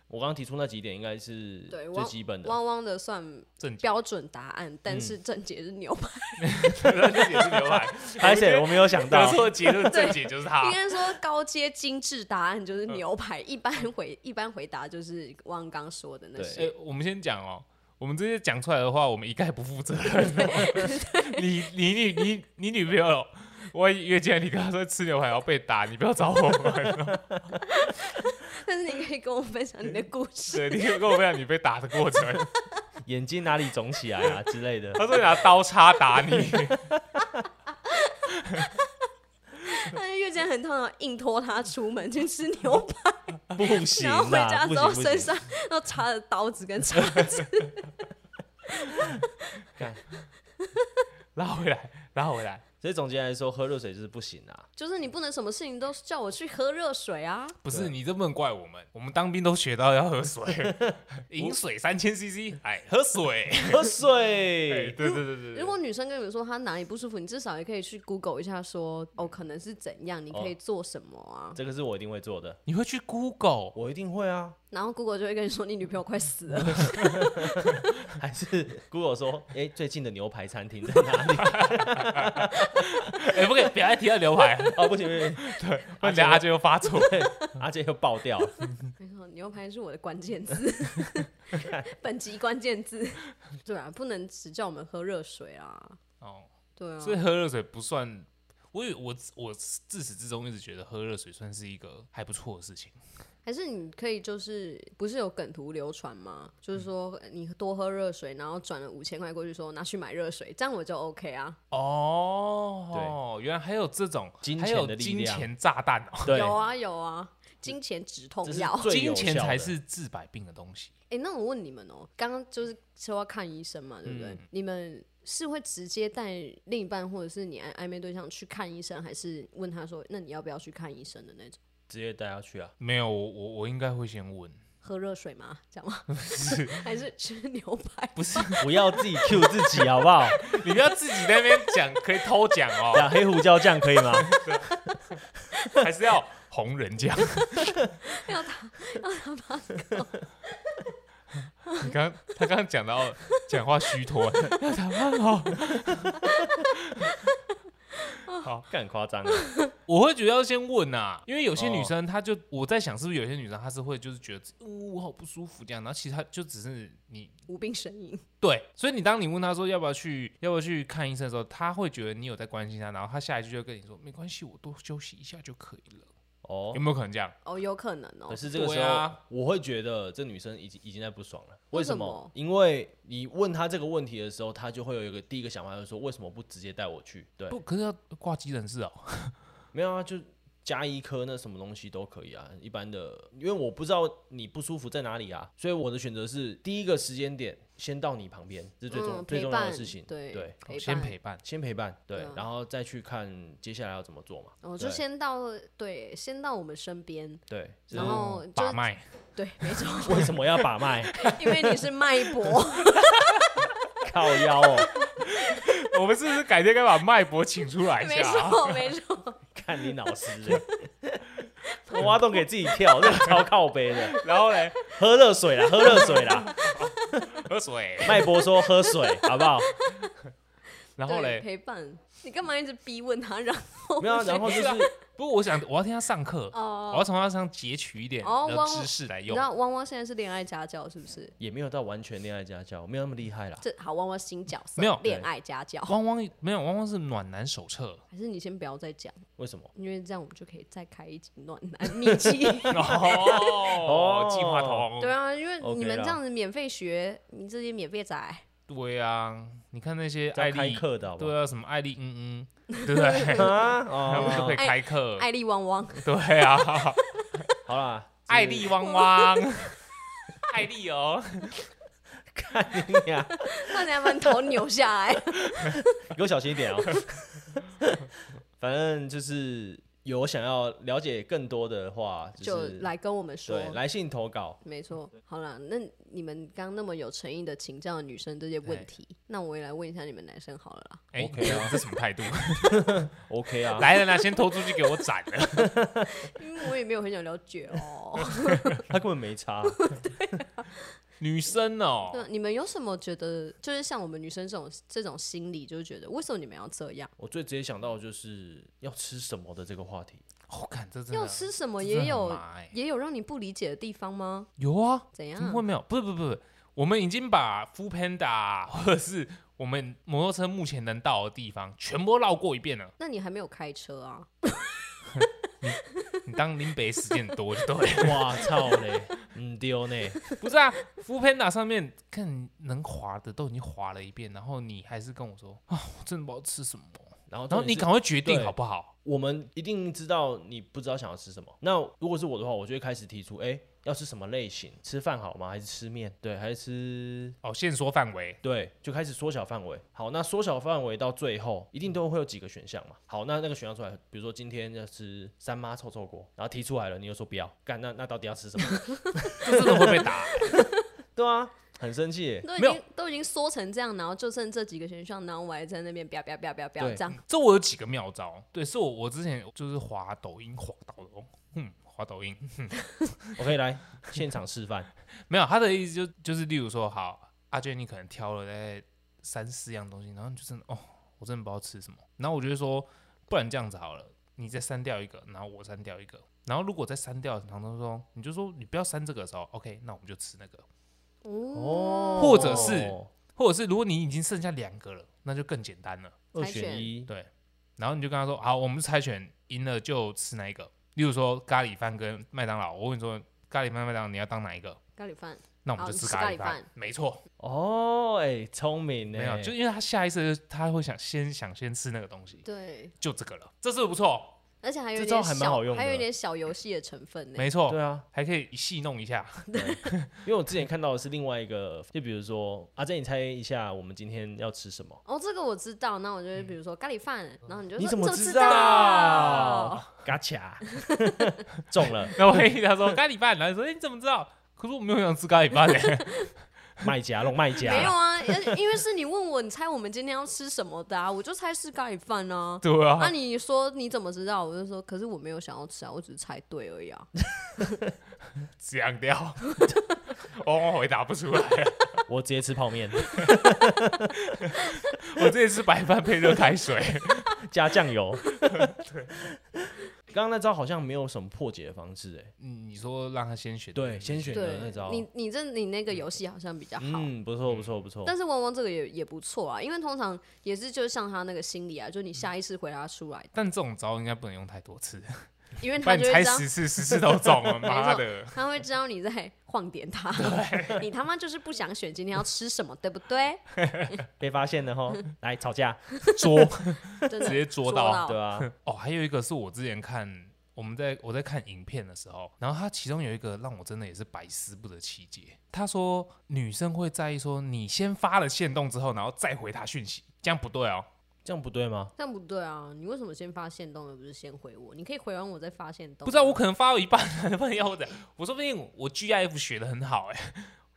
[SPEAKER 3] 我刚刚提出那几点应该是
[SPEAKER 2] 对
[SPEAKER 3] 最基本的，
[SPEAKER 2] 汪汪的算
[SPEAKER 1] 正解？
[SPEAKER 2] 标准答案，但
[SPEAKER 3] 嗯
[SPEAKER 2] 是正解是牛排。
[SPEAKER 1] 正解是牛排，
[SPEAKER 3] 而且我没有想
[SPEAKER 1] 得
[SPEAKER 3] 到，
[SPEAKER 1] 出的结论正解就是
[SPEAKER 2] 应
[SPEAKER 3] 啊
[SPEAKER 1] 他。
[SPEAKER 2] 该说高阶精致答案就是
[SPEAKER 3] 嗯
[SPEAKER 2] 牛排，一般回一般回答就是汪刚说的那
[SPEAKER 1] 哎、
[SPEAKER 2] 些。
[SPEAKER 1] 我们先讲哦，我们这些讲出来的话，我们一概不负责任哦。 你你你你你女朋友，我约见你跟她说吃牛排要被打，你不要找我 们。
[SPEAKER 2] 但是你可以跟我分享你的故 事，
[SPEAKER 1] 对，你有跟我分享你被打的过程，
[SPEAKER 3] 眼睛哪里肿起来啊之类的。
[SPEAKER 1] 她说拿刀叉打你，
[SPEAKER 2] 但是月见很痛，然后硬拖他出门去吃牛排，
[SPEAKER 3] 不行
[SPEAKER 2] 然后回
[SPEAKER 3] 啦，
[SPEAKER 2] 家
[SPEAKER 3] 不
[SPEAKER 2] 之
[SPEAKER 3] 行
[SPEAKER 2] 后
[SPEAKER 3] 不
[SPEAKER 2] 身
[SPEAKER 3] 行，
[SPEAKER 2] 上都插着刀子跟 叉子。
[SPEAKER 1] 拉回来，拉回来。
[SPEAKER 3] 所以总结来说，喝热水就是不行啊。
[SPEAKER 2] 就是你不能什么事情都叫我去喝热水啊。
[SPEAKER 1] 不是
[SPEAKER 3] 对
[SPEAKER 1] 你这不能怪我们，我们当兵都学到要喝水， 饮水三千 CC，哎，喝水。
[SPEAKER 3] 喝
[SPEAKER 1] 哎
[SPEAKER 3] 水
[SPEAKER 1] 对，对对对对
[SPEAKER 2] 如果女生跟你们说她哪里不舒服，你至少也可以去 Google 一下说，哦，可能是怎样，你可
[SPEAKER 3] 哦
[SPEAKER 2] 以做什么啊？
[SPEAKER 3] 这个是我一定会做的，
[SPEAKER 1] 你会去 Google，
[SPEAKER 3] 我一定会啊。
[SPEAKER 2] 然后 Google 就会跟你说你女朋友快死了，
[SPEAKER 3] 还是 Google 说，哎、最近的牛排餐厅在哪里？
[SPEAKER 1] 哎、不可以，不要再提到牛 排，
[SPEAKER 3] 哦，不行不 行，
[SPEAKER 1] 不然等下阿娟又发 作。
[SPEAKER 3] 阿杰又爆掉。
[SPEAKER 2] 没错，牛排是我的关 键字，本集关键字。 对啊，不能只叫我们喝热水啊。
[SPEAKER 1] 哦，
[SPEAKER 2] 对啊，
[SPEAKER 1] 所以喝热水不算。我以为我我自始至终一直觉得喝热水算是一个还不错的事情。
[SPEAKER 2] 还是你可以就是不是有梗图流传吗？
[SPEAKER 3] 嗯
[SPEAKER 2] 就是说呃你多喝热水，然后转了五千块过去说拿去买热水，这样我就 OK 啊。
[SPEAKER 1] 哦，对，原来还有这种，
[SPEAKER 3] 金
[SPEAKER 1] 还
[SPEAKER 3] 钱
[SPEAKER 1] 有
[SPEAKER 3] 的力
[SPEAKER 1] 金
[SPEAKER 3] 量
[SPEAKER 1] 钱炸弹哦，
[SPEAKER 3] 对，
[SPEAKER 2] 有啊有啊，金钱止痛
[SPEAKER 3] 这是
[SPEAKER 2] 药。
[SPEAKER 3] 最有
[SPEAKER 1] 金钱
[SPEAKER 3] 效
[SPEAKER 1] 才
[SPEAKER 3] 的
[SPEAKER 1] 是治百病的东西。
[SPEAKER 2] 哎、那我问你们哦、刚刚就是说要看医生嘛，对不对？
[SPEAKER 3] 嗯
[SPEAKER 2] 你们是会直接带另一半或者是你暧暧昧对象去看医生，还是问他说，那你要不要去看医生的那种？
[SPEAKER 3] 直接带他去啊。
[SPEAKER 1] 没有，我我我应该会先问，
[SPEAKER 2] 喝热水吗？这样吗？ 还是吃牛排？
[SPEAKER 1] 不是
[SPEAKER 3] 不要自己 Q 自己好不好？
[SPEAKER 1] 你不要自己在那边讲，可以偷讲哦，
[SPEAKER 3] 讲黑胡椒酱可以吗？
[SPEAKER 1] 还是要红人讲。
[SPEAKER 2] 要打要打吗？
[SPEAKER 1] 你刚他刚刚讲到讲话虚脱，要打扮好。
[SPEAKER 3] 干很夸张啊。
[SPEAKER 1] 我会觉得要先问啊，因为有些
[SPEAKER 3] 哦
[SPEAKER 1] 女生她就、我在想，是不是有些女生她是会就是觉得，呜、我好不舒服这样，然后其实她就只是你
[SPEAKER 2] 无病呻吟。
[SPEAKER 1] 对，所以你当你问她说要不要去要不要去看医生的时候，她会觉得你有在关心她，然后她下一句就跟你说没关系，我多休息一下就可以了，
[SPEAKER 3] 哦
[SPEAKER 1] 有，没有可能这样？
[SPEAKER 2] 哦，有可能哦、
[SPEAKER 3] 可是这个时
[SPEAKER 1] 对
[SPEAKER 3] 候，
[SPEAKER 1] 啊
[SPEAKER 3] 我会觉得这女生已经已经在不爽了。
[SPEAKER 2] 为
[SPEAKER 3] 为
[SPEAKER 2] 什
[SPEAKER 3] 什
[SPEAKER 2] 么
[SPEAKER 3] 么？因为你问她这个问题的时候，她就会有一个第一个想法，就是说为什么不直接带我去？对，
[SPEAKER 1] 不，可是要挂急诊室哦，
[SPEAKER 3] 没有啊，就加医科那什么东西都可以啊，一般的，因为我不知道你不舒服在哪里啊，所以我的选择是第一个时间点先到你旁边，这是最重、
[SPEAKER 2] 嗯
[SPEAKER 3] 最
[SPEAKER 2] 陪
[SPEAKER 3] 重要的
[SPEAKER 2] 伴
[SPEAKER 3] 事情，
[SPEAKER 2] 对
[SPEAKER 3] 对，
[SPEAKER 1] 哦先陪伴，
[SPEAKER 3] 先陪伴，对，
[SPEAKER 2] 对啊
[SPEAKER 3] 然后再去看接下来要怎么做嘛，
[SPEAKER 2] 我哦就
[SPEAKER 3] 对
[SPEAKER 2] 先到对，先到我们身边，
[SPEAKER 3] 对，这
[SPEAKER 2] 然
[SPEAKER 3] 是
[SPEAKER 2] 后就
[SPEAKER 1] 把
[SPEAKER 2] 是
[SPEAKER 1] 脉，
[SPEAKER 2] 对，没错，
[SPEAKER 3] 为什么要把脉
[SPEAKER 2] 因为你是脉搏，
[SPEAKER 3] 靠腰哦？
[SPEAKER 1] 我们是不是改天该把脉搏请出来一
[SPEAKER 2] 没
[SPEAKER 1] 下啊？
[SPEAKER 2] 错，没错，
[SPEAKER 3] 看你老师欸，我挖洞给自己跳，这个超靠背的。
[SPEAKER 1] 然后嘞，
[SPEAKER 3] 喝热水啦，喝热水 啦。
[SPEAKER 1] 喝水，
[SPEAKER 3] 脉搏说喝水，好不 好？
[SPEAKER 1] 然后
[SPEAKER 2] 对
[SPEAKER 1] 嘞，
[SPEAKER 2] 陪伴。你干嘛一直逼问他？然后
[SPEAKER 3] 没有啊，然后就是
[SPEAKER 1] 不过我想我要听他上课，我要
[SPEAKER 2] 哦，
[SPEAKER 1] 从他身上截取一点
[SPEAKER 2] 哦
[SPEAKER 1] 的
[SPEAKER 2] 汪
[SPEAKER 1] 知识来
[SPEAKER 2] 你
[SPEAKER 1] 用
[SPEAKER 2] 知。道汪汪现在是恋爱家教是不是？
[SPEAKER 3] 也没有到完全恋爱家教，没有那么厉害啦。
[SPEAKER 2] 这好，汪汪新角色，
[SPEAKER 1] 没有
[SPEAKER 2] 恋爱家教，
[SPEAKER 1] 汪汪没有，汪汪是暖男手 册
[SPEAKER 2] 还是你先不要再讲，
[SPEAKER 3] 为什么？
[SPEAKER 2] 因为这样我们就可以再开一集暖男秘籍。
[SPEAKER 1] 哦，计划通。
[SPEAKER 2] 对啊，因为
[SPEAKER 3] OK
[SPEAKER 2] 你们
[SPEAKER 3] 啦
[SPEAKER 2] 这样子免费学，你这些免费仔，
[SPEAKER 1] 对啊，你看那些
[SPEAKER 3] 在
[SPEAKER 1] 艾
[SPEAKER 3] 开
[SPEAKER 1] 丽，
[SPEAKER 3] 课的好不好？
[SPEAKER 1] 对啊，什么艾丽，嗯 嗯，对不对？
[SPEAKER 3] 啊，
[SPEAKER 1] 他们就可以
[SPEAKER 3] 哦，
[SPEAKER 1] 开 课。
[SPEAKER 2] 爱丽汪汪，
[SPEAKER 1] 对 啊，
[SPEAKER 3] 好啦，
[SPEAKER 1] 艾丽汪汪， 艾丽哦，
[SPEAKER 3] 你呀，
[SPEAKER 2] 那你要把你头扭 下来。
[SPEAKER 3] 你给我小心一点哦。 反正就是有想要了解更多的话，
[SPEAKER 2] 就是来跟我们说。
[SPEAKER 3] 对来信投稿。
[SPEAKER 2] 没错，好了，那你们刚刚那么有诚意的请教女生这些问题，那我也来问一下你们男生好了啦。
[SPEAKER 1] 哎
[SPEAKER 3] OK 啊
[SPEAKER 1] 这什么态度？
[SPEAKER 3] OK 啊，
[SPEAKER 1] 来了啦，先拖出去给我斩了。
[SPEAKER 2] 因为我也没有很想了解 哦。
[SPEAKER 1] 啊
[SPEAKER 3] 他根本没差。
[SPEAKER 1] 女生哦，
[SPEAKER 2] 那啊你们有什么觉得，就是像我们女生这种这种心理，就是觉得为什么你们要这样？
[SPEAKER 3] 我最直接想到的就是要吃什么的这个话题。
[SPEAKER 1] 我看哦这真的
[SPEAKER 2] 要吃什么
[SPEAKER 1] 啊这真的
[SPEAKER 2] 也有
[SPEAKER 1] 很麻欸
[SPEAKER 2] 也有让你不理解的地方吗？
[SPEAKER 1] 有啊，
[SPEAKER 2] 怎
[SPEAKER 1] 怎么
[SPEAKER 2] 样
[SPEAKER 1] 会？没有？不是不是不是，我们已经把 Food Panda 啊或者是我们摩托车目前能到的地方全部都绕过一遍了。
[SPEAKER 2] 那你还没有开车啊？
[SPEAKER 1] 你当林北时间多就对了。
[SPEAKER 3] 哇操嘞，唔丢呢，
[SPEAKER 1] 不是啊，Food Panda 上面看能滑的都已经滑了一遍，然后你还是跟我说啊，我真的不知道吃什么。
[SPEAKER 3] 然后
[SPEAKER 1] 然后你
[SPEAKER 3] 搞。
[SPEAKER 1] 赶快决定
[SPEAKER 3] 对
[SPEAKER 1] 好不好？
[SPEAKER 3] 我们一定知道你不知道想要吃什么。那如果是我的话，我就会开始提出，哎、要吃什么类型？吃饭好吗？还是吃面？对，还是吃？
[SPEAKER 1] 哦，限缩范围。
[SPEAKER 3] 对，就开始缩小范围。好，那缩小范围到最后，一定都会有几个选项嘛。好，那那个选项出来，比如说今天要吃三妈臭臭锅，然后提出来了，你又说不要，干那那到底要吃什么？
[SPEAKER 1] 这真的会被打，
[SPEAKER 3] 对啊，很生气 耶。
[SPEAKER 2] 都已
[SPEAKER 1] 没有
[SPEAKER 2] 经都已经缩成这样，然后就剩这几个选项，然后我还在那边啪啪啪啪啪
[SPEAKER 3] 对
[SPEAKER 2] 这样。
[SPEAKER 1] 这我有几个妙招，对，是我我之前就是滑抖音滑到的哦，嗯，滑抖音，
[SPEAKER 3] OK，来现场示范。
[SPEAKER 1] 没有，他的意思就就是，例如说，好，阿娟，你可能挑了大概三四样东西，然后你就真的哦，我真的不知道吃什么。然后我就会说，不然这样子好了，你再删掉一个，然后我删掉一个。然后如果再删掉，然后说哦你就说你不要删这个的时候，OK，那我们就吃那个。
[SPEAKER 2] 哦
[SPEAKER 1] 或者是或者是如果你已经剩下两个了，那就更简单了。
[SPEAKER 3] 二
[SPEAKER 2] 猜
[SPEAKER 3] 选
[SPEAKER 2] 选
[SPEAKER 3] 一，
[SPEAKER 1] 对，然后你就跟他说，好，我们猜拳赢了就吃哪一个。例如说咖喱饭跟麦当劳，我问你说咖喱饭麦当劳你要当哪一个？
[SPEAKER 2] 咖喱饭，
[SPEAKER 1] 那我们
[SPEAKER 2] 好
[SPEAKER 1] 就
[SPEAKER 2] 哦你
[SPEAKER 1] 吃
[SPEAKER 2] 吃
[SPEAKER 1] 咖
[SPEAKER 2] 咖
[SPEAKER 1] 喱
[SPEAKER 2] 喱
[SPEAKER 1] 饭
[SPEAKER 2] 饭，
[SPEAKER 1] 没错。
[SPEAKER 3] 哦，哎、聪明欸呢，
[SPEAKER 1] 没有，就因为他下一次就他会想先想先吃那个东西，
[SPEAKER 2] 对，
[SPEAKER 1] 就这个了，这是不错，
[SPEAKER 2] 而且还有
[SPEAKER 3] 这
[SPEAKER 2] 一
[SPEAKER 3] 招
[SPEAKER 2] 点
[SPEAKER 3] 还蛮
[SPEAKER 2] 小
[SPEAKER 3] 好用的
[SPEAKER 2] 还有一点小游戏的成分呢。
[SPEAKER 1] 没错
[SPEAKER 3] 对，啊，
[SPEAKER 1] 还可以戏弄一下。
[SPEAKER 3] 因为我之前看到的是另外一个，就比如说阿珍，你猜一下我们今天要吃什么？
[SPEAKER 2] 哦，这个我知道，那我就会比如说咖喱饭，然后你就
[SPEAKER 3] 嗯
[SPEAKER 2] 说
[SPEAKER 3] 你怎
[SPEAKER 2] 么
[SPEAKER 3] 么
[SPEAKER 2] 知
[SPEAKER 3] 知
[SPEAKER 2] 道
[SPEAKER 3] 道？？嘎 卡，中了，
[SPEAKER 1] 然后我一他说咖喱饭，然后说哎你怎么知道？可是我没有想吃咖喱饭嘞。
[SPEAKER 3] 卖家弄卖家，
[SPEAKER 2] 没有啊，因因为是你问我，你猜我们今天要吃什么的啊？我就猜是咖喱饭啊。
[SPEAKER 1] 对
[SPEAKER 2] 那、
[SPEAKER 1] 啊，
[SPEAKER 2] 你说你怎么知道？我就说，可是我没有想要吃啊，我只是猜对而已啊。
[SPEAKER 1] 这样掉， 往往回答不出来。
[SPEAKER 3] 我直接吃泡面，
[SPEAKER 1] 我这也是白饭配热开水，
[SPEAKER 3] 加酱油。刚刚那招好像没有什么破解的方式、哎，
[SPEAKER 1] 嗯你说让他先选，
[SPEAKER 3] 对，先选择那
[SPEAKER 2] 对
[SPEAKER 3] 招，，
[SPEAKER 2] 你你这你那个游戏好像比较好。
[SPEAKER 3] 嗯，不错不错不错，
[SPEAKER 2] 但是汪汪这个也也不错啊，因为通常也是就是像他那个心理啊，就你下意识回答出来，
[SPEAKER 1] 但这种招应该不能用太多次，
[SPEAKER 2] 因为
[SPEAKER 1] 不
[SPEAKER 2] 他
[SPEAKER 1] 然
[SPEAKER 2] 就
[SPEAKER 1] 你猜
[SPEAKER 2] 会知道
[SPEAKER 1] 十次十次都中了，妈的！
[SPEAKER 2] 他会知道你在晃点他， 你他妈就是不想选今天要吃什么，对不对？
[SPEAKER 3] 被发现了 哈，来吵架，
[SPEAKER 1] 捉
[SPEAKER 2] 真
[SPEAKER 1] 直
[SPEAKER 2] 的
[SPEAKER 1] 接捉到，
[SPEAKER 2] 好
[SPEAKER 3] 对啊，
[SPEAKER 1] 哦，还有一个是我之前看，我们在我在看影片的时候，然后他其中有一个让我真的也是百思不得其解。他说女生会在意说你先发了线动之后，然后再回他讯息，这样不对哦。
[SPEAKER 3] 这样不对吗？
[SPEAKER 2] 但不对啊，你为什么先发现动而不是先回我？你可以回完我再发现啊动。
[SPEAKER 1] 不知道我可能发到一半，不然要我怎样？我说不定我 GIF 学的很好哎、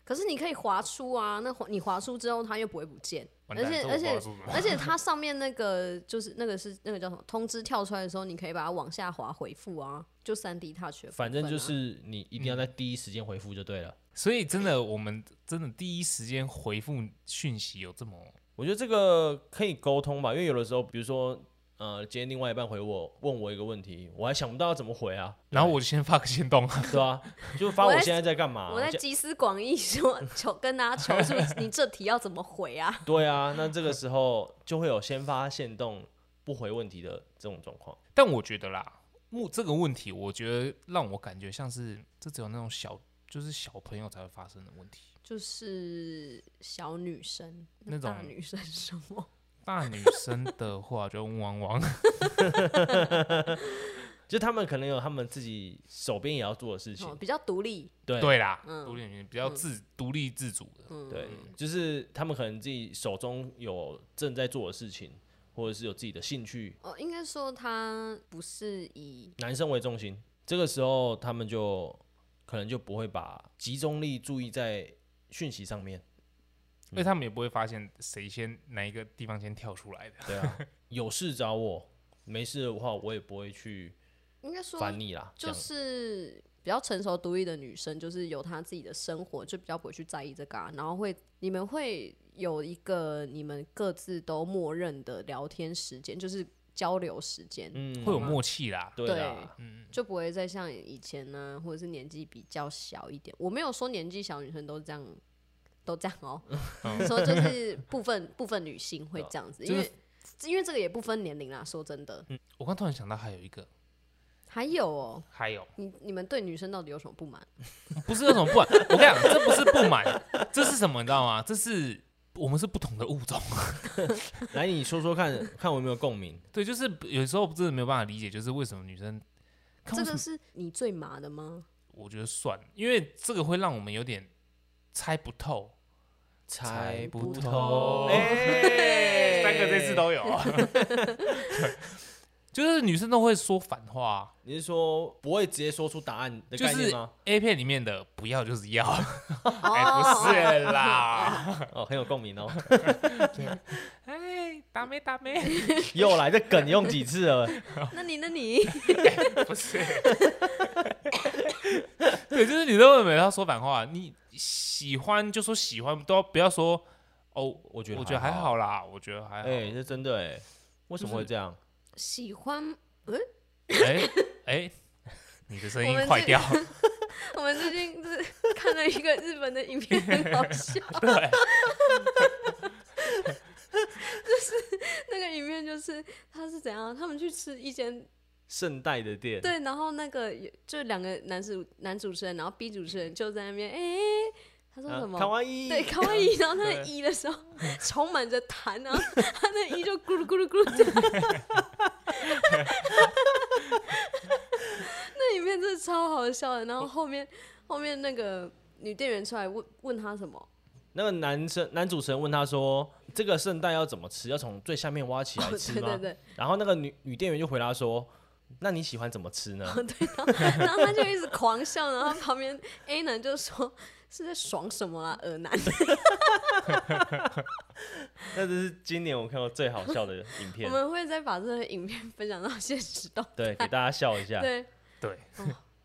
[SPEAKER 2] 可是你可以划出啊，那划你划出之后它又不会不 见，
[SPEAKER 1] 完
[SPEAKER 2] 而
[SPEAKER 1] 蛋
[SPEAKER 2] 且
[SPEAKER 1] 这我
[SPEAKER 2] 而
[SPEAKER 1] 不知道
[SPEAKER 2] 且
[SPEAKER 1] 说什么
[SPEAKER 2] 而且它上面那个就是那个是那个叫什么通知跳出来的时候，你可以把它往下滑回复啊，就三 D touch 的部分啊、
[SPEAKER 3] 反正就是你一定要在
[SPEAKER 2] 嗯
[SPEAKER 3] 第一时间回复就对了。
[SPEAKER 1] 所以真的，我们真的第一时间回复讯息有这么
[SPEAKER 3] 我觉得这个可以沟通吧，因为有的时候，比如说，呃，今天另外一半回我问我一个问题，我还想不到要怎么回 啊，
[SPEAKER 1] 然后我就先发个先动，
[SPEAKER 3] 对吧、就发
[SPEAKER 2] 我
[SPEAKER 3] 我
[SPEAKER 2] 在
[SPEAKER 3] 现在在干嘛、
[SPEAKER 1] 啊
[SPEAKER 2] 我在
[SPEAKER 3] 这
[SPEAKER 2] 集思广益说 求跟大家求助，你这题要怎么回啊？
[SPEAKER 3] 对啊，那这个时候就会有先发现动不回问题的这种状况。
[SPEAKER 1] 但我觉得啦，目这个问题，我觉得让我感觉像是这只有那种小，就是小朋友才会发生的问题。
[SPEAKER 2] 就是小女生
[SPEAKER 1] 那种
[SPEAKER 2] 大女生什 么？
[SPEAKER 1] 大女生的话就汪汪，
[SPEAKER 3] 就他们可能有他们自己手边也要做的事情
[SPEAKER 2] 哦，，比较独立，
[SPEAKER 3] 对
[SPEAKER 1] 对啦，
[SPEAKER 2] 嗯
[SPEAKER 1] 独立女性比较自独立自主的，
[SPEAKER 2] 嗯，
[SPEAKER 3] 对，就是他们可能自己手中有正在做的事情，或者是有自己的兴趣，
[SPEAKER 2] 哦，应该说她不是以
[SPEAKER 3] 男生为重心，这个时候他们就可能就不会把集中力注意在讯息上面。
[SPEAKER 1] 因为他们也不会发现谁先哪一个地方先跳出来的。
[SPEAKER 3] 对啊，有事找我，没事的话我也不会去
[SPEAKER 2] 应该说
[SPEAKER 3] 烦你啦。这
[SPEAKER 2] 就
[SPEAKER 3] 样
[SPEAKER 2] 是比较成熟独立的女生，就是有她自己的生活，就比较不会去在意这个、啊，然后会你们会有一个你们各自都默认的聊天时间，就是交流时间，
[SPEAKER 3] 嗯
[SPEAKER 1] 会有默契啦，
[SPEAKER 3] 对啦，
[SPEAKER 2] 就不会再像以前呢、或者是年纪比较小一点。我没有说年纪小女生都这样。都这样 哦、说就是部分部分女性会这样
[SPEAKER 1] 哦
[SPEAKER 2] 子，因为因为这个也不分年龄啦。说真的，
[SPEAKER 1] 我刚突然想到还有一个，
[SPEAKER 2] 还有哦、
[SPEAKER 1] 还有
[SPEAKER 2] 你你们对女生到底有什么不满？
[SPEAKER 1] 不是那种不满，我跟你讲，这不是不满，这是什么你知道吗？这是我们是不同的物种。
[SPEAKER 3] 来你说说看看我有没有共鸣？
[SPEAKER 1] 对，就是有时候真的没有办法理解，就是为什么女生，看
[SPEAKER 2] 这
[SPEAKER 1] 为什
[SPEAKER 2] 个
[SPEAKER 1] 么
[SPEAKER 2] 是你最麻的吗？
[SPEAKER 1] 我觉得算了，因为这个会让我们有点猜不透，
[SPEAKER 3] 猜
[SPEAKER 2] 不透
[SPEAKER 1] 透
[SPEAKER 3] 哎
[SPEAKER 1] 三个这次 都有，就是女生都会说反话
[SPEAKER 3] 你是说不会直接说出答案的
[SPEAKER 1] 就
[SPEAKER 3] 概念
[SPEAKER 1] 是
[SPEAKER 3] 吗？
[SPEAKER 1] ，A 片里面的不要就是要，哎、
[SPEAKER 2] 哦
[SPEAKER 1] 不是啦，
[SPEAKER 3] 哦，很有 共鸣哦，
[SPEAKER 1] 哎，打没打没，
[SPEAKER 3] 又来这梗用几次了？
[SPEAKER 1] 哦
[SPEAKER 2] 那你 那你
[SPEAKER 1] 不是，对，就是女生会每次要说反话，你喜欢就说喜欢，都不要说哦，
[SPEAKER 3] 我觉得
[SPEAKER 1] 我觉得还
[SPEAKER 3] 还好
[SPEAKER 1] 好啦，我觉得还好，
[SPEAKER 3] 哎、这真的哎，为什么会这样？
[SPEAKER 2] 喜欢
[SPEAKER 1] 哎哎，你的声
[SPEAKER 2] 我们
[SPEAKER 1] 音
[SPEAKER 2] 这
[SPEAKER 1] 坏掉了。
[SPEAKER 2] 我们最近就是看了一个日本的影片，很好笑。对，就是那个影片，就是他是怎样？他们去吃一间
[SPEAKER 3] 圣代的店，
[SPEAKER 2] 对，然后那个就两个男主男主持人，然后 B 主持人就在那边，哎、他说
[SPEAKER 3] 啊
[SPEAKER 2] 什么？
[SPEAKER 3] 卡哇伊，
[SPEAKER 2] 对，卡哇伊，然后他的
[SPEAKER 3] 对
[SPEAKER 2] 一的时候充满着痰，然后他的一就咕噜咕噜咕噜这样。 那里面真的超好笑的，然后后面后面那个女店员出来问问他什么，
[SPEAKER 3] 那个男生男主持人问他说：“这个圣代要怎么吃？要从最下面挖起来
[SPEAKER 2] 哦
[SPEAKER 3] 吃
[SPEAKER 2] 对
[SPEAKER 3] 吗？”
[SPEAKER 2] 对对，
[SPEAKER 3] 然后那个女女店员就回答说：“那你喜欢怎么吃呢
[SPEAKER 2] 然后他就一直狂笑，然后旁边 A 男就说是在爽什么啊，耳男，？”
[SPEAKER 3] 那这是今年我看过最好笑的影
[SPEAKER 2] 我
[SPEAKER 3] 片，
[SPEAKER 2] 们会再把这个影片分享到现实动
[SPEAKER 3] 对，啊给大家笑一下。
[SPEAKER 2] 对，哦
[SPEAKER 1] 对，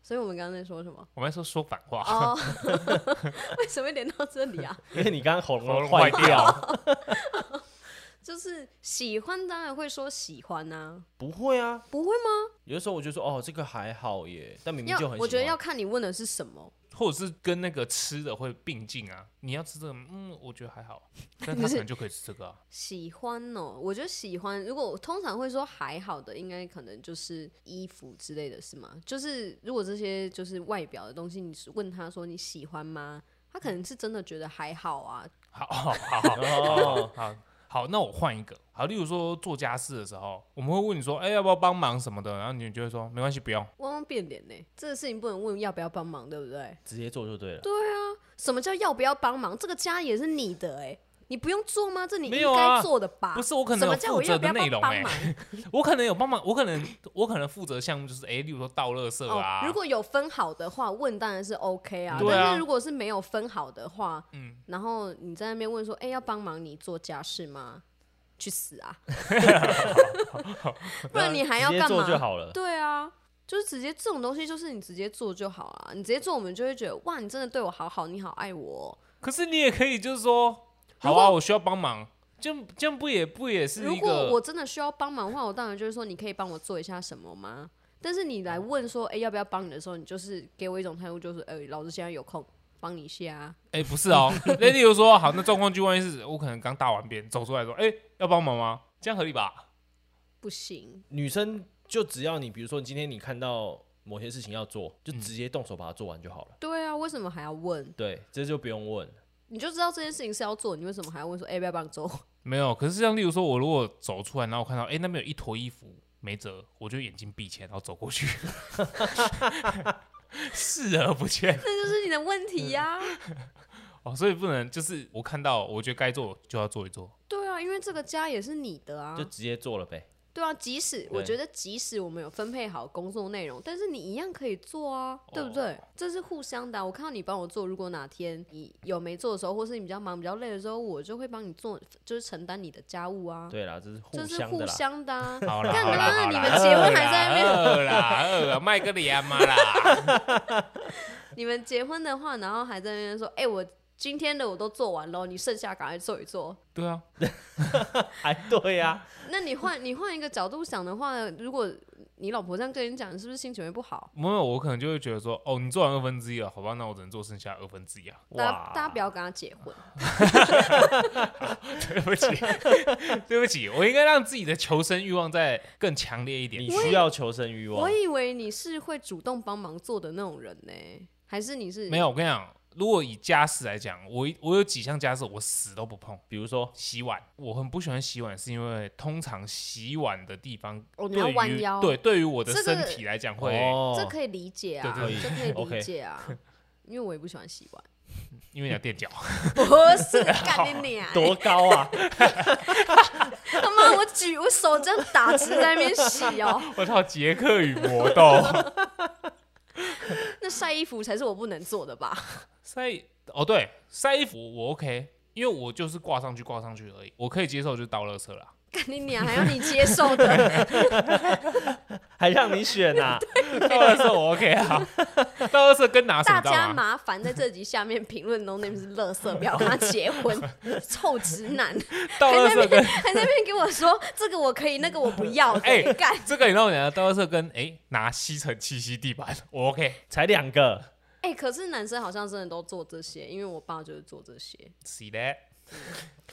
[SPEAKER 2] 所以我们刚才在说什么？
[SPEAKER 1] 我们还说说反话，
[SPEAKER 3] 啊
[SPEAKER 2] 哦， 为什么会连到这里啊？
[SPEAKER 3] 因为你刚刚喉
[SPEAKER 1] 喉
[SPEAKER 3] 咙
[SPEAKER 1] 咙
[SPEAKER 3] 坏
[SPEAKER 1] 坏
[SPEAKER 3] 掉，
[SPEAKER 2] 就是喜欢，当然会说喜欢呐、
[SPEAKER 3] 不会啊，
[SPEAKER 2] 不会吗？
[SPEAKER 3] 有的时候我就说：“哦，这个还好耶。”但明明嗯
[SPEAKER 2] 要
[SPEAKER 3] 就很喜欢。
[SPEAKER 2] 我觉得要看你问的是什么。
[SPEAKER 1] 或者是跟那个吃的会并进啊。你要吃这个，嗯，我觉得还 好，但
[SPEAKER 2] 你
[SPEAKER 1] 他
[SPEAKER 2] 是
[SPEAKER 1] 可能就可以吃这个、啊。
[SPEAKER 2] 喜欢哦，我觉得喜欢。如果我通常会说还好的，应该可能就是衣服之类的是吗？就是如果这些就是外表的东西，你是问他说你喜欢吗？他可能是真的觉得还好啊，
[SPEAKER 1] 好好好好好
[SPEAKER 3] 哦，
[SPEAKER 1] 好好，那我换一个。好，例如说做家事的时候，我们会问你说，哎、要不要帮忙什么的，然后你就会说没关系，不用。
[SPEAKER 2] 汪汪变脸呢、这个事情不能问要不要帮忙，对不对？啊
[SPEAKER 3] 直接做就对了。
[SPEAKER 2] 什么叫要不要帮忙？这个家也是你的哎、你不用做吗？这你
[SPEAKER 1] 没
[SPEAKER 2] 应
[SPEAKER 1] 有啊
[SPEAKER 2] 该做的吧？
[SPEAKER 1] 不是我可
[SPEAKER 2] 什
[SPEAKER 1] 能有
[SPEAKER 2] 么叫
[SPEAKER 1] 负
[SPEAKER 2] 我
[SPEAKER 1] 责
[SPEAKER 2] 要不
[SPEAKER 1] 的
[SPEAKER 2] 要
[SPEAKER 1] 内容
[SPEAKER 2] 帮
[SPEAKER 1] 哎、
[SPEAKER 2] 忙？
[SPEAKER 1] 我可能有帮忙，我可能我可能负责项目就是，哎、例如说倒垃圾啊，
[SPEAKER 2] 哦，如果有分好的话，问当然是 OK 啊。
[SPEAKER 1] 对啊
[SPEAKER 2] 但是如果是没有分好的话，
[SPEAKER 1] 嗯
[SPEAKER 2] 然后你在那边问说，哎、要帮忙你做家事吗？去死 啊！不然你还要
[SPEAKER 3] 直接
[SPEAKER 2] 干
[SPEAKER 3] 做就
[SPEAKER 2] 嘛？
[SPEAKER 3] 好了。
[SPEAKER 2] 对啊，就是直接这种东西，就是你直接做就好啊。你直接做，我们就会觉得哇，你真的对我好好，你好爱我哦、
[SPEAKER 1] 可是你也可以就是说，好啊，我需要帮忙，这样这样不也不也是
[SPEAKER 2] 如
[SPEAKER 1] 一
[SPEAKER 2] 果
[SPEAKER 1] 个
[SPEAKER 2] 我真的需要帮忙的话，我当然就是说，你可以帮我做一下什么吗？但是你
[SPEAKER 1] 嗯
[SPEAKER 2] 来问说，哎、要不要帮你的时候，你就是给我一种态度，就是，哎、老子现在有空，帮你一下、啊。
[SPEAKER 1] 哎、不是 哦，那例如说，好，那状况就万一是我可能刚大完便走出来说，哎、要帮忙吗？这样合理吧？
[SPEAKER 2] 不行，
[SPEAKER 3] 女生就只要你，比如说你今天你看到某些事情要做，
[SPEAKER 2] 嗯
[SPEAKER 3] 就直接动手把它做完就好了。
[SPEAKER 2] 对啊，为什么还要问？
[SPEAKER 3] 对，这就不用问。
[SPEAKER 2] 你就知道这件事情是要做，你为什么还要问说，哎、要不要帮你做？
[SPEAKER 1] 没有，可是像例如说，我如果走出来，然后我看到，哎、那边有一坨衣服没折，我就眼睛闭起来，然后走过去， 视而不见。
[SPEAKER 2] 这就是你的问题呀、
[SPEAKER 1] 哦，所以不能就是我看到，我觉得该做就要做一做。
[SPEAKER 2] 对啊，因为这个家也是你的啊
[SPEAKER 3] 就。直接做了呗。
[SPEAKER 2] 对啊，即使我觉得，即使我们有分配好工作内容，但是你一样可以做啊，对不对？
[SPEAKER 3] 哦
[SPEAKER 2] 这是互相的啊、我看到你帮我做，如果哪天你有没做的时候，或是你比较忙、比较累的时候，我就会帮你做，就是承担你的家务啊。
[SPEAKER 3] 对啦，这是互
[SPEAKER 2] 这是
[SPEAKER 3] 相的
[SPEAKER 2] 互
[SPEAKER 3] 啦。
[SPEAKER 2] 相 的、啊。
[SPEAKER 1] 好啦，
[SPEAKER 2] 干
[SPEAKER 1] 好啦，
[SPEAKER 2] 嘛
[SPEAKER 1] 好啦
[SPEAKER 2] 你们结婚还在那边
[SPEAKER 1] 饿啦，饿啦，麦个里阿妈啦。
[SPEAKER 2] 你们结婚的话，然后还在那边说，哎、我今天的我都做完了，你剩下赶快做一做。
[SPEAKER 1] 对啊，
[SPEAKER 3] 哎，对呀、
[SPEAKER 2] 那你换你换一个角度想的话，如果你老婆这样跟你讲，你是不是心情会不好？
[SPEAKER 1] 没有，我可能就会觉得说，哦，你做完二分之一了，好吧，那我只能做剩下二分之一啊。
[SPEAKER 2] 大
[SPEAKER 3] 哇
[SPEAKER 2] 家，大家不要跟他结婚，
[SPEAKER 1] 对不起，对不起， 我应该让自己的求生欲望再更强烈一 点
[SPEAKER 3] 你。需要求生欲
[SPEAKER 2] 我
[SPEAKER 3] 望。
[SPEAKER 2] 以为你是会主动帮忙做的那种人呢、还是你是
[SPEAKER 1] 没？有，我跟你讲，如果以家事来讲，我我有几项家事我死都不碰。
[SPEAKER 3] 比如说，
[SPEAKER 1] 洗碗，我很不喜欢洗碗，是因为通常洗碗的地方
[SPEAKER 2] 哦，你要
[SPEAKER 1] 对
[SPEAKER 2] 弯
[SPEAKER 1] 于
[SPEAKER 2] 腰，
[SPEAKER 1] 对，对于我的
[SPEAKER 2] 这
[SPEAKER 1] 身
[SPEAKER 2] 个
[SPEAKER 1] 体来讲会，
[SPEAKER 3] 哦，
[SPEAKER 2] 这可以理解啊，
[SPEAKER 1] 对
[SPEAKER 3] 对
[SPEAKER 2] 这可以理
[SPEAKER 3] OK
[SPEAKER 2] 解啊，因为我也不喜欢洗碗。
[SPEAKER 1] 因为你要垫脚。
[SPEAKER 2] 不是，干你娘！
[SPEAKER 3] 多高啊！
[SPEAKER 2] 他妈，我举我手这样打直在那边洗哦，
[SPEAKER 1] 我操，杰克与魔 豆
[SPEAKER 2] 那晒衣服才是我不能做的吧？
[SPEAKER 1] 晒哦，对，晒衣服我 OK，因为我就是挂上去挂上去而已，我可以接受就是倒垃圾啦。
[SPEAKER 2] 干你娘，还要你接受的？
[SPEAKER 3] 还让你选呐、
[SPEAKER 1] 倒垃圾我 OK 啊，倒垃啊圾跟拿什么
[SPEAKER 2] 大
[SPEAKER 1] 你知
[SPEAKER 2] 家
[SPEAKER 1] 道吗？
[SPEAKER 2] 麻烦在这集下面评论 No Name 是垃圾，不要跟他结婚， 臭直男，
[SPEAKER 1] 倒垃圾跟
[SPEAKER 2] 还在那边给我说这个我可以，那个我不要，
[SPEAKER 1] 哎
[SPEAKER 2] 哎，干，
[SPEAKER 1] 这个你让我讲，倒垃圾跟哎、拿吸尘器吸地板， 我 OK，
[SPEAKER 3] 才两个，
[SPEAKER 2] 哎，可是男生好像真的都做这些，因为我爸就是做这些。
[SPEAKER 1] 洗的。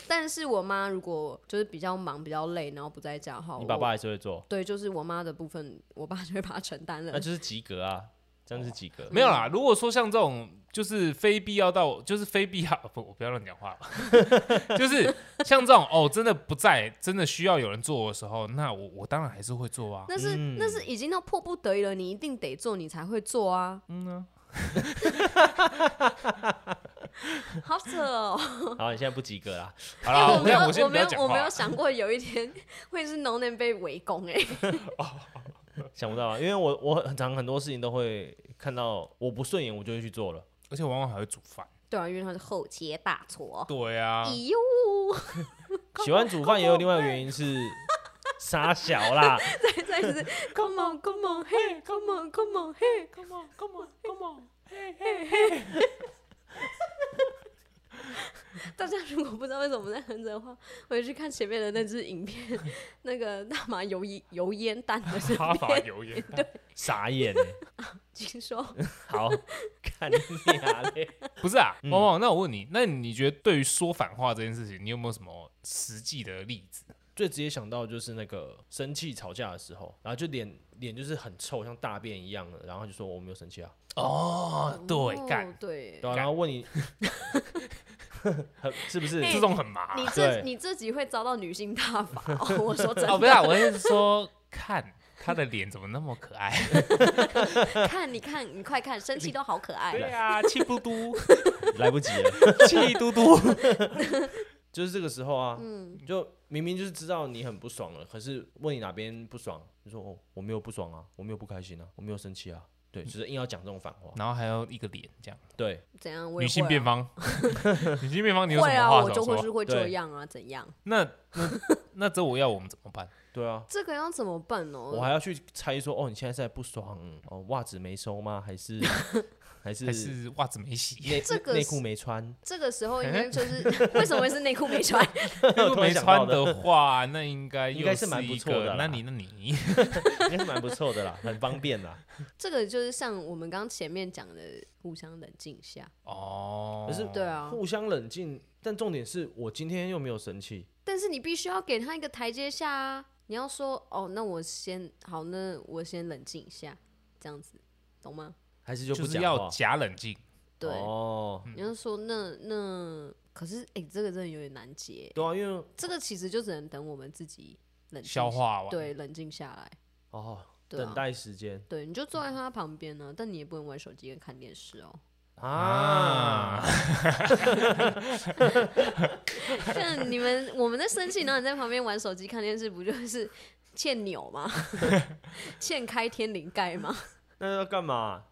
[SPEAKER 2] 但是我妈如果就是比较忙、比较累，然后不在家的话，
[SPEAKER 3] 你
[SPEAKER 2] 我
[SPEAKER 3] 爸爸还是会做，
[SPEAKER 2] 对，就是哦我妈的部分，我爸就会把它承担
[SPEAKER 3] 那
[SPEAKER 2] 了。
[SPEAKER 3] 就是及格啊，真的是及格。
[SPEAKER 1] 没有啦，如果说像这种就是非必要到，就是非必要，不，我不要乱讲话 了。就是像这种哦，真的不在，真的需要有人做的时候，那我我当然还是会做啊。
[SPEAKER 2] 那是、那是已经到迫不得已了，你一定得做，你才会做啊。嗯啊， 好扯哦！
[SPEAKER 3] 好，你现在不及格啦，
[SPEAKER 1] 好
[SPEAKER 2] 哎
[SPEAKER 1] 啦，
[SPEAKER 2] 我
[SPEAKER 1] 跟你
[SPEAKER 2] 没有
[SPEAKER 1] 讲，先
[SPEAKER 2] 我
[SPEAKER 1] 不
[SPEAKER 2] 没
[SPEAKER 1] 要
[SPEAKER 2] 有
[SPEAKER 1] 讲
[SPEAKER 2] 我
[SPEAKER 1] 话
[SPEAKER 2] 没有。想过有一天会是 No Name 被围攻哎、
[SPEAKER 3] 想不到啊，因为我我很常很多事情都会看到我不顺眼，我就会去做了。
[SPEAKER 1] 而且往往还会煮 饭。
[SPEAKER 2] 对啊，因为他是后街大厨。
[SPEAKER 1] 对啊
[SPEAKER 2] 咦呦，
[SPEAKER 3] 喜欢煮饭也有另外一个原因是傻小啦，
[SPEAKER 2] 再再一次，Come on Come on 嘿，Come on Come on 嘿，Come on Come on Come on 嘿嘿嘿。大家如果不知道为什么我们在哼着的话，回去看前面的那支影片，那个大麻油烟油烟弹的那
[SPEAKER 1] 哈法
[SPEAKER 2] 边，
[SPEAKER 1] 油 盐蛋，
[SPEAKER 3] 傻眼欸、
[SPEAKER 2] 请说。
[SPEAKER 3] 好， 看你啊嘞，
[SPEAKER 1] 不是啊，
[SPEAKER 3] 嗯
[SPEAKER 1] 汪汪，那我问你，那你觉得对于说反话这件事情，你有没有什么实际的例子？
[SPEAKER 3] 最直接想到就是那个生气吵架的时候，然后就脸脸就是很臭，像大便一样的，然后就说我没有生气啊，
[SPEAKER 1] 哦，对，
[SPEAKER 2] 哦
[SPEAKER 1] 干，
[SPEAKER 2] 对，
[SPEAKER 3] 对啊，
[SPEAKER 1] 干
[SPEAKER 3] 然后问你，很 是不是？
[SPEAKER 2] 哎
[SPEAKER 1] 这种很麻。
[SPEAKER 2] 你这
[SPEAKER 3] 对
[SPEAKER 2] 你自己会遭到女性大 法哦！我说真
[SPEAKER 1] 哦，不
[SPEAKER 2] 的，
[SPEAKER 1] 是、啊，我是说看他的脸怎么那么可爱。
[SPEAKER 2] 看你看你快看，生气都好可爱。
[SPEAKER 1] 啊，气嘟嘟，
[SPEAKER 3] 来不及了。
[SPEAKER 1] 气嘟嘟。 嗯
[SPEAKER 3] 就是这个时候啊，你就明明就是知道你很不爽了，可是问你哪边不爽，你说哦，我没有不爽啊，我没有不开心啊，我没有生气啊，对，就是硬要讲这种反话，
[SPEAKER 1] 然后还有一个脸这样，
[SPEAKER 3] 对，
[SPEAKER 2] 怎样？我也
[SPEAKER 1] 女性
[SPEAKER 2] 会啊
[SPEAKER 1] 辩 方，女性辩方，你有
[SPEAKER 2] 会
[SPEAKER 1] 什么
[SPEAKER 2] 啊，
[SPEAKER 1] 话想
[SPEAKER 2] 我就会
[SPEAKER 1] 说？
[SPEAKER 2] 是会这
[SPEAKER 3] 对
[SPEAKER 2] 样啊，怎样？
[SPEAKER 1] 那那那这我要我们怎么办？
[SPEAKER 3] 对啊，
[SPEAKER 2] 这个要怎么办哦？
[SPEAKER 3] 我还要去猜说，哦，你现在是在不爽，哦，袜子没收吗？还 是还是
[SPEAKER 1] 还是袜子没 洗，
[SPEAKER 3] 内
[SPEAKER 2] 这个
[SPEAKER 3] 内
[SPEAKER 2] 是
[SPEAKER 3] 裤没穿？
[SPEAKER 2] 这个时候应该就是 为什么会是内裤没穿？
[SPEAKER 1] 如果
[SPEAKER 3] 突然
[SPEAKER 1] 没
[SPEAKER 3] 想到
[SPEAKER 1] 穿的话，那应该
[SPEAKER 3] 应
[SPEAKER 1] 又
[SPEAKER 3] 该
[SPEAKER 1] 是
[SPEAKER 3] 是蛮不
[SPEAKER 1] 一
[SPEAKER 3] 错
[SPEAKER 1] 个
[SPEAKER 3] 的啦
[SPEAKER 1] 那你那你，
[SPEAKER 3] 应该是蛮不错的啦，很方便啦。
[SPEAKER 2] 这个就是像我们刚前面讲的，互相冷静一下。
[SPEAKER 1] 哦，
[SPEAKER 3] 可是
[SPEAKER 2] 对啊，
[SPEAKER 3] 互相冷静，但重点是我今天又没有生气，
[SPEAKER 2] 但是你必须要给他一个台阶下啊！你要说哦，那我先好，那我先冷静一下，这样子，懂吗？
[SPEAKER 3] 还是就
[SPEAKER 1] 就
[SPEAKER 3] 不
[SPEAKER 1] 是
[SPEAKER 3] 讲
[SPEAKER 1] 要
[SPEAKER 3] 话？
[SPEAKER 1] 假冷静。
[SPEAKER 2] 对，
[SPEAKER 3] 哦，
[SPEAKER 2] 你要说那那，可是哎、诶这个真的有点难解。
[SPEAKER 3] 对啊，因为
[SPEAKER 2] 这个其实就只能等我们自己冷静
[SPEAKER 1] 消，化完，
[SPEAKER 2] 对，冷静下来。
[SPEAKER 3] 哦，
[SPEAKER 2] 对啊
[SPEAKER 3] 等待时间
[SPEAKER 2] 对，你就坐在他旁边呢，但你也不能玩手机跟看电视哦。
[SPEAKER 3] 啊，
[SPEAKER 2] 像你们我们在生气，然后你在旁边玩手机看电视，不就是欠扭吗？ 欠开天灵盖吗？
[SPEAKER 3] 那要干嘛？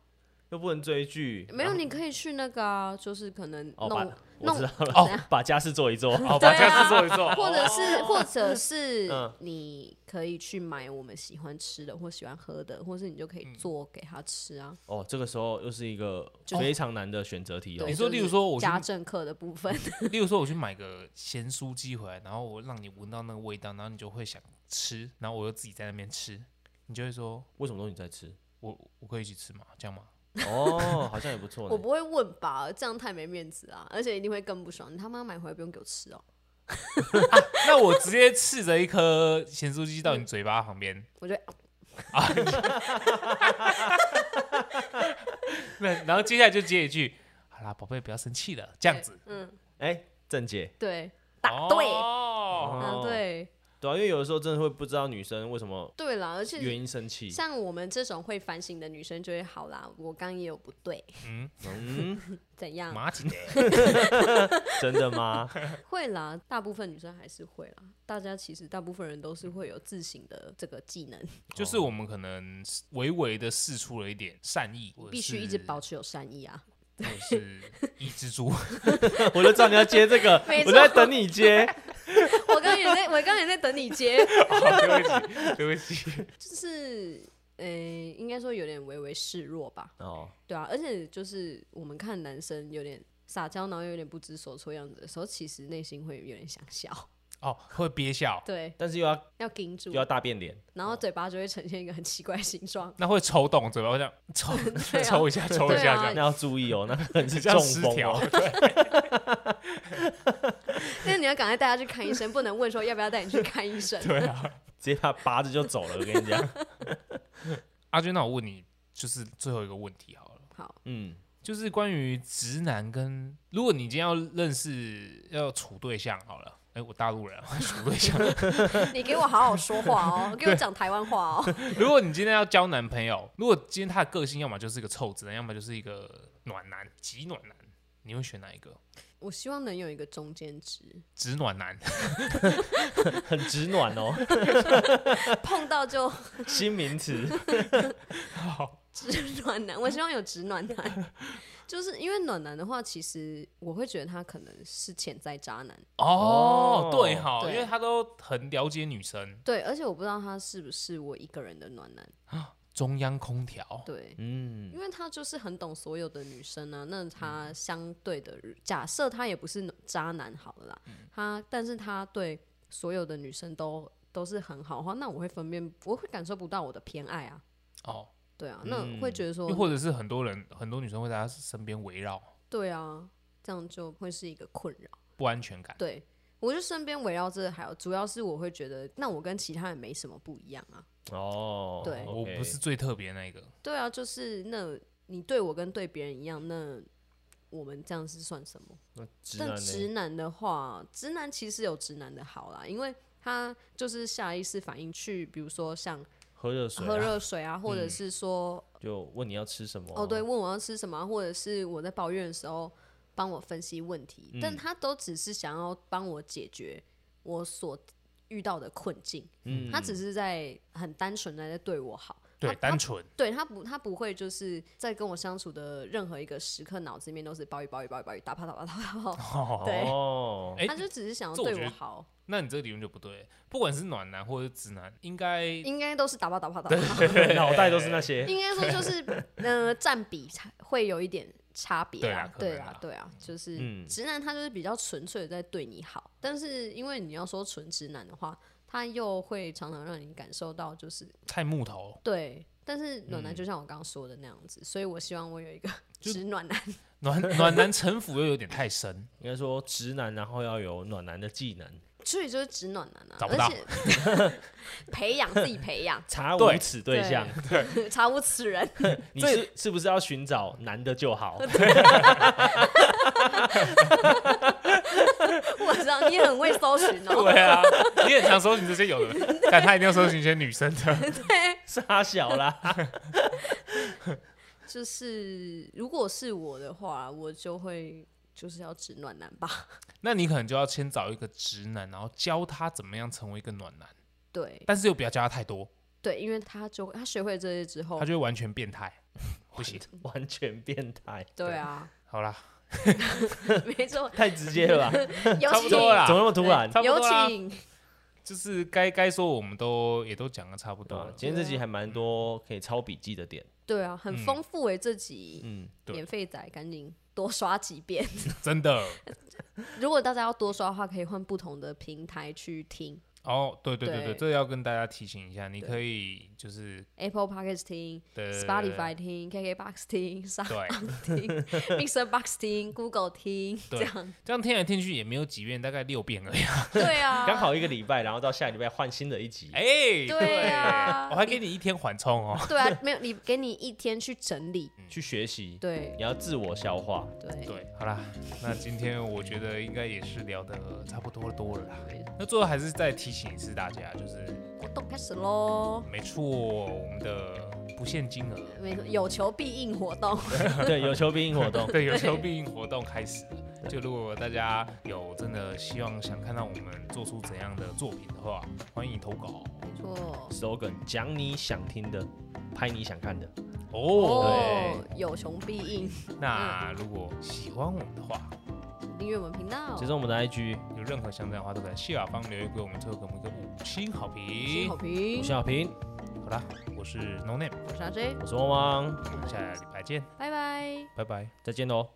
[SPEAKER 3] 又不能追剧，
[SPEAKER 2] 没有，
[SPEAKER 3] 然后
[SPEAKER 2] 你可以去那个啊，就是可能
[SPEAKER 3] 哦，把
[SPEAKER 2] 弄，
[SPEAKER 3] 我
[SPEAKER 2] 弄
[SPEAKER 3] 知道了，
[SPEAKER 2] 哦
[SPEAKER 3] 把家事做一 做，
[SPEAKER 1] 好
[SPEAKER 3] 哦，
[SPEAKER 1] 把
[SPEAKER 2] 对啊
[SPEAKER 1] 家事做一做，
[SPEAKER 2] 或者
[SPEAKER 1] 哦
[SPEAKER 2] 是或者是
[SPEAKER 3] 嗯
[SPEAKER 2] 你可以去买我们喜欢吃的或喜欢喝的，或是你就可以做给他吃啊。
[SPEAKER 3] 哦，这个时候又是一个
[SPEAKER 2] 就是
[SPEAKER 3] 非常难的选择题哦
[SPEAKER 2] 对，
[SPEAKER 1] 你说
[SPEAKER 2] 就是
[SPEAKER 1] 例如说我去
[SPEAKER 2] 家政课的部分，
[SPEAKER 1] 例如说，我去买个咸酥鸡回来，然后我让你闻到那个味道，然后你就会想吃，然后我又自己在那边吃，你就会说，
[SPEAKER 3] 为什么东西在吃？
[SPEAKER 1] 我我可以一起吃吗？这样吗？
[SPEAKER 3] 哦，好像也不错
[SPEAKER 2] 我
[SPEAKER 3] 呢。
[SPEAKER 2] 不会问吧，这样太没面子啊，而且一定会更不爽。你他妈买回来不用给我吃哦，
[SPEAKER 1] 那我直接刺着一颗咸酥鸡到你嘴巴旁边，
[SPEAKER 2] 我就啊
[SPEAKER 1] 那然后接下来就接一句，好啦，宝贝，不要生气了，这样子。
[SPEAKER 2] 嗯，
[SPEAKER 3] 哎，郑姐，
[SPEAKER 2] 对，答对
[SPEAKER 1] 哦
[SPEAKER 2] 啊，对
[SPEAKER 3] 对啊，因为有的时候真的会不知道女生为什么
[SPEAKER 2] 对啦，而且
[SPEAKER 3] 原因生气。
[SPEAKER 2] 像我们这种会反省的女生就会好啦，我刚也有不对，
[SPEAKER 1] 嗯，
[SPEAKER 3] 嗯，
[SPEAKER 2] 怎样？
[SPEAKER 1] 马姐，
[SPEAKER 3] 真的吗？
[SPEAKER 2] 会啦，大部分女生还是会啦。大家其实大部分人都是会有自省的这个技能，
[SPEAKER 1] 就是我们可能微微的试出了一点善意，或者
[SPEAKER 2] 必须一直
[SPEAKER 1] 是
[SPEAKER 2] 保，持有善意啊。
[SPEAKER 1] 或者是一蜘 蛛，
[SPEAKER 3] 我就知道你要接这个
[SPEAKER 2] 没，
[SPEAKER 3] 我
[SPEAKER 2] 错
[SPEAKER 3] 在等你接。
[SPEAKER 2] 我刚刚也在，我刚刚也在等你接，
[SPEAKER 1] 哦对不起，对不起，
[SPEAKER 2] 就是。呃、应该说有点微微示弱吧，
[SPEAKER 3] 哦，
[SPEAKER 2] 对啊，而且就是我们看男生有点撒娇，然后有点不知所措样子的时候，其实内心会有点想笑，
[SPEAKER 1] 哦，会憋笑，
[SPEAKER 2] 对，
[SPEAKER 3] 但是又要
[SPEAKER 2] 要盯住
[SPEAKER 3] 又，要大变脸，
[SPEAKER 2] 然后嘴巴就会呈现一个很奇怪的形状，
[SPEAKER 1] 那会抽动嘴巴，会这 样抽
[SPEAKER 2] 对啊
[SPEAKER 1] 抽一下，抽一
[SPEAKER 2] 对
[SPEAKER 1] 下
[SPEAKER 2] 啊
[SPEAKER 1] 这样。
[SPEAKER 3] 那要注意哦，那可能是
[SPEAKER 1] 比
[SPEAKER 3] 中
[SPEAKER 1] 较失
[SPEAKER 3] 风
[SPEAKER 1] 调
[SPEAKER 3] 哦。，
[SPEAKER 2] 但是你要赶快带他去看医生，不能问说要不要带你去看医生。
[SPEAKER 1] 对啊。
[SPEAKER 3] 直接他拔着就走了，我跟你讲。
[SPEAKER 1] 阿娟，那我问你，就是最后一个问题好了，
[SPEAKER 2] 好，
[SPEAKER 3] 嗯，
[SPEAKER 1] 就是关于直男跟，如果你今天要认识要处对象好了，哎、我大陆人处对象，
[SPEAKER 2] 你给我好好说话哦，给我讲台湾话哦。
[SPEAKER 1] 如果你今天要交男朋友，如果今天他的个性要么就是一个臭直男，要么就是一个暖男，极暖男，你会选哪一个？
[SPEAKER 2] 我希望能有一个中间值，
[SPEAKER 1] 直暖 男，
[SPEAKER 3] 很直暖哦，
[SPEAKER 2] 碰到就
[SPEAKER 3] 新名词。
[SPEAKER 1] 好，
[SPEAKER 2] 直暖男。我希望有直暖男，就是因为暖男的话，其实我会觉得他可能是潜在渣男。
[SPEAKER 1] 哦
[SPEAKER 3] 哦，
[SPEAKER 1] 对哈，
[SPEAKER 2] 对
[SPEAKER 1] 因为他都很了解女生，
[SPEAKER 2] 对，而且我不知道他是不是我一个人的暖男。
[SPEAKER 1] 中央空调，
[SPEAKER 2] 对。
[SPEAKER 3] 嗯，
[SPEAKER 2] 因为他就是很懂所有的女生啊，那他相对的，假设他也不是渣男好了啦，他但是他对所有的女生都都是很好的话，那我会分辨，我会感受不到我的偏爱啊，
[SPEAKER 1] 哦，
[SPEAKER 2] 对啊，那会觉得说
[SPEAKER 1] 又，或者是很多人，很多女生会在他身边围绕，
[SPEAKER 2] 对啊，这样就会是一个困扰。
[SPEAKER 1] 不安全感。
[SPEAKER 2] 对我就身边围绕这还有，主要是我会觉得，那我跟其他人没什么不一样啊。
[SPEAKER 3] 哦，
[SPEAKER 2] 对
[SPEAKER 1] 我不是最特别那一个，
[SPEAKER 2] 对啊，就是那你对我跟对别人一样，那我们这样是算什么？
[SPEAKER 3] 那直男欸
[SPEAKER 2] 但直
[SPEAKER 3] 呢？
[SPEAKER 2] 男的话，直男其实有直男的好啦，因为他就是下意识反应去，比如说像
[SPEAKER 3] 喝热水、
[SPEAKER 2] 喝
[SPEAKER 3] 啊，
[SPEAKER 2] 热水啊，或者是说、
[SPEAKER 3] 就问你要吃什么、
[SPEAKER 2] 哦对，，问我要吃什么啊，或者是我在抱怨的时候帮我分析问题，
[SPEAKER 3] 嗯
[SPEAKER 2] 但他都只是想要帮我解决我所遇到的困境，
[SPEAKER 3] 嗯
[SPEAKER 2] 他只是在很单纯的在对我好。
[SPEAKER 1] 对
[SPEAKER 2] 他，他
[SPEAKER 1] 单纯
[SPEAKER 2] 对他不，他不会就是在跟我相处的任何一个时刻，脑子里面都是抱一抱一抱一抱一打啪打啪打啪打啪，
[SPEAKER 1] 哦。
[SPEAKER 2] 对
[SPEAKER 3] 哦，
[SPEAKER 1] 哎
[SPEAKER 2] 他就只是想要
[SPEAKER 1] 这我
[SPEAKER 2] 对
[SPEAKER 1] 觉
[SPEAKER 2] 我
[SPEAKER 1] 得
[SPEAKER 2] 好，
[SPEAKER 1] 那你这个理论就不对，不管是暖男或者是直男，应该
[SPEAKER 2] 应该都是打啪打啪打 啪，
[SPEAKER 3] 脑袋都是那些。
[SPEAKER 2] 应该说就是呃占比才会有一点差别
[SPEAKER 1] 对
[SPEAKER 2] 啦
[SPEAKER 1] 啊，可
[SPEAKER 2] 对
[SPEAKER 1] 能
[SPEAKER 2] 啦
[SPEAKER 1] 啊，
[SPEAKER 2] 对啊，就是
[SPEAKER 3] 嗯
[SPEAKER 2] 直男他就是比较纯粹的在对你好，但是因为你要说纯直男的话，他又会常常让你感受到就是
[SPEAKER 1] 太木头。
[SPEAKER 2] 对。但是暖男就像我刚刚说的那样子，所以我希望我有一个
[SPEAKER 1] 嗯就
[SPEAKER 2] 直暖男。
[SPEAKER 1] 暖 暖男城府又有点太 深，
[SPEAKER 3] 应该说直男，然后要有暖男的技能，
[SPEAKER 2] 所以就是直暖男啊，
[SPEAKER 1] 找不到
[SPEAKER 2] 而且 培养自己培养，
[SPEAKER 3] 查无
[SPEAKER 1] 对
[SPEAKER 3] 此对象。
[SPEAKER 2] 查无此人，
[SPEAKER 3] 你是是不是要寻找男的就 好？
[SPEAKER 2] 我知道你很会搜寻哦、
[SPEAKER 1] 对啊，你很常搜寻这些有的， 但他一定要搜寻一些女生的。
[SPEAKER 2] 对，
[SPEAKER 3] 傻小 啦，
[SPEAKER 2] 就是如果是我的话，我就会就是要直暖男吧，
[SPEAKER 1] 那你可能就要先找一个直男，然后教他怎么样成为一个暖男，
[SPEAKER 2] 对
[SPEAKER 1] 但是又不要教他太多，
[SPEAKER 2] 对，因为他就他学会这些之后
[SPEAKER 1] 他，就会完全变态，不行。
[SPEAKER 3] 完全变态，
[SPEAKER 2] 对 啊，
[SPEAKER 1] 好啦，
[SPEAKER 2] 没错，
[SPEAKER 3] 太直接 了吧？
[SPEAKER 2] 有
[SPEAKER 1] 差不多啦
[SPEAKER 2] 请，
[SPEAKER 3] 怎么那么突然？
[SPEAKER 1] 差不
[SPEAKER 2] 有
[SPEAKER 1] 多啦，
[SPEAKER 2] 请，
[SPEAKER 1] 就是该该说我们都也都讲的差不多
[SPEAKER 3] 对啊
[SPEAKER 1] 了。
[SPEAKER 3] 今天这集还蛮多可以抄笔记的点，
[SPEAKER 2] 对啊，很丰富诶、这集
[SPEAKER 3] 嗯，
[SPEAKER 1] 嗯对
[SPEAKER 2] 免费仔，赶紧多刷几遍。
[SPEAKER 1] 真的。
[SPEAKER 2] 如果大家要多刷的话，可以换不同的平台去听
[SPEAKER 1] 哦，对对对对，
[SPEAKER 2] 对
[SPEAKER 1] 这要跟大家提醒一下，你
[SPEAKER 2] 对
[SPEAKER 1] 可以就是
[SPEAKER 2] ，Apple Podcast 听。
[SPEAKER 1] 的
[SPEAKER 2] Spotify 听、KKBox 听、上
[SPEAKER 1] 对，
[SPEAKER 2] 听、Mixer Box 听、Google 听，
[SPEAKER 1] 对
[SPEAKER 2] 这样
[SPEAKER 1] 这样听来听去也没有几遍，大概六遍而 已。
[SPEAKER 2] 对啊，
[SPEAKER 3] 刚好一个礼拜，然后到下礼拜换新的一集。
[SPEAKER 1] 哎，
[SPEAKER 2] 对啊
[SPEAKER 1] 我还给你一天缓冲哦。
[SPEAKER 2] 对啊，没有你给你一天去整理，
[SPEAKER 3] 去学习，
[SPEAKER 2] 对
[SPEAKER 3] 你要自我消 化。
[SPEAKER 2] 对
[SPEAKER 1] 对，好啦，那今天我觉得应该也是聊的差不多多了啦。那最后还是再提醒一次大家，就是
[SPEAKER 2] 活动开始喽，
[SPEAKER 1] 没错，我们的不限金额，。
[SPEAKER 2] 没错，有求必应活动，
[SPEAKER 3] 对，有求必应活 动
[SPEAKER 1] 对，有求必应活动开始了。就如果大家有真的希望想看到我们做出怎样的作品的话，欢迎投稿
[SPEAKER 2] 没
[SPEAKER 3] 哦
[SPEAKER 2] 错
[SPEAKER 3] slogan 讲你想听的，拍你想看的。
[SPEAKER 1] 哦。
[SPEAKER 2] 哦，嗯有求必应，
[SPEAKER 1] 对，那如果喜欢我们的话，
[SPEAKER 2] 订阅我们频道
[SPEAKER 3] 其，实我们的 IG
[SPEAKER 1] 有任何想讲的话，都在下方留言给我们，最后给我们一个五星好
[SPEAKER 2] 五星
[SPEAKER 1] 评
[SPEAKER 2] 好。评
[SPEAKER 3] 吴，小平，
[SPEAKER 1] 好啦，我是 No Name，
[SPEAKER 2] 我是阿 J，
[SPEAKER 3] 我是汪汪，
[SPEAKER 1] 我们下礼拜见，
[SPEAKER 2] 拜拜。
[SPEAKER 1] 拜拜。
[SPEAKER 3] 再见喽。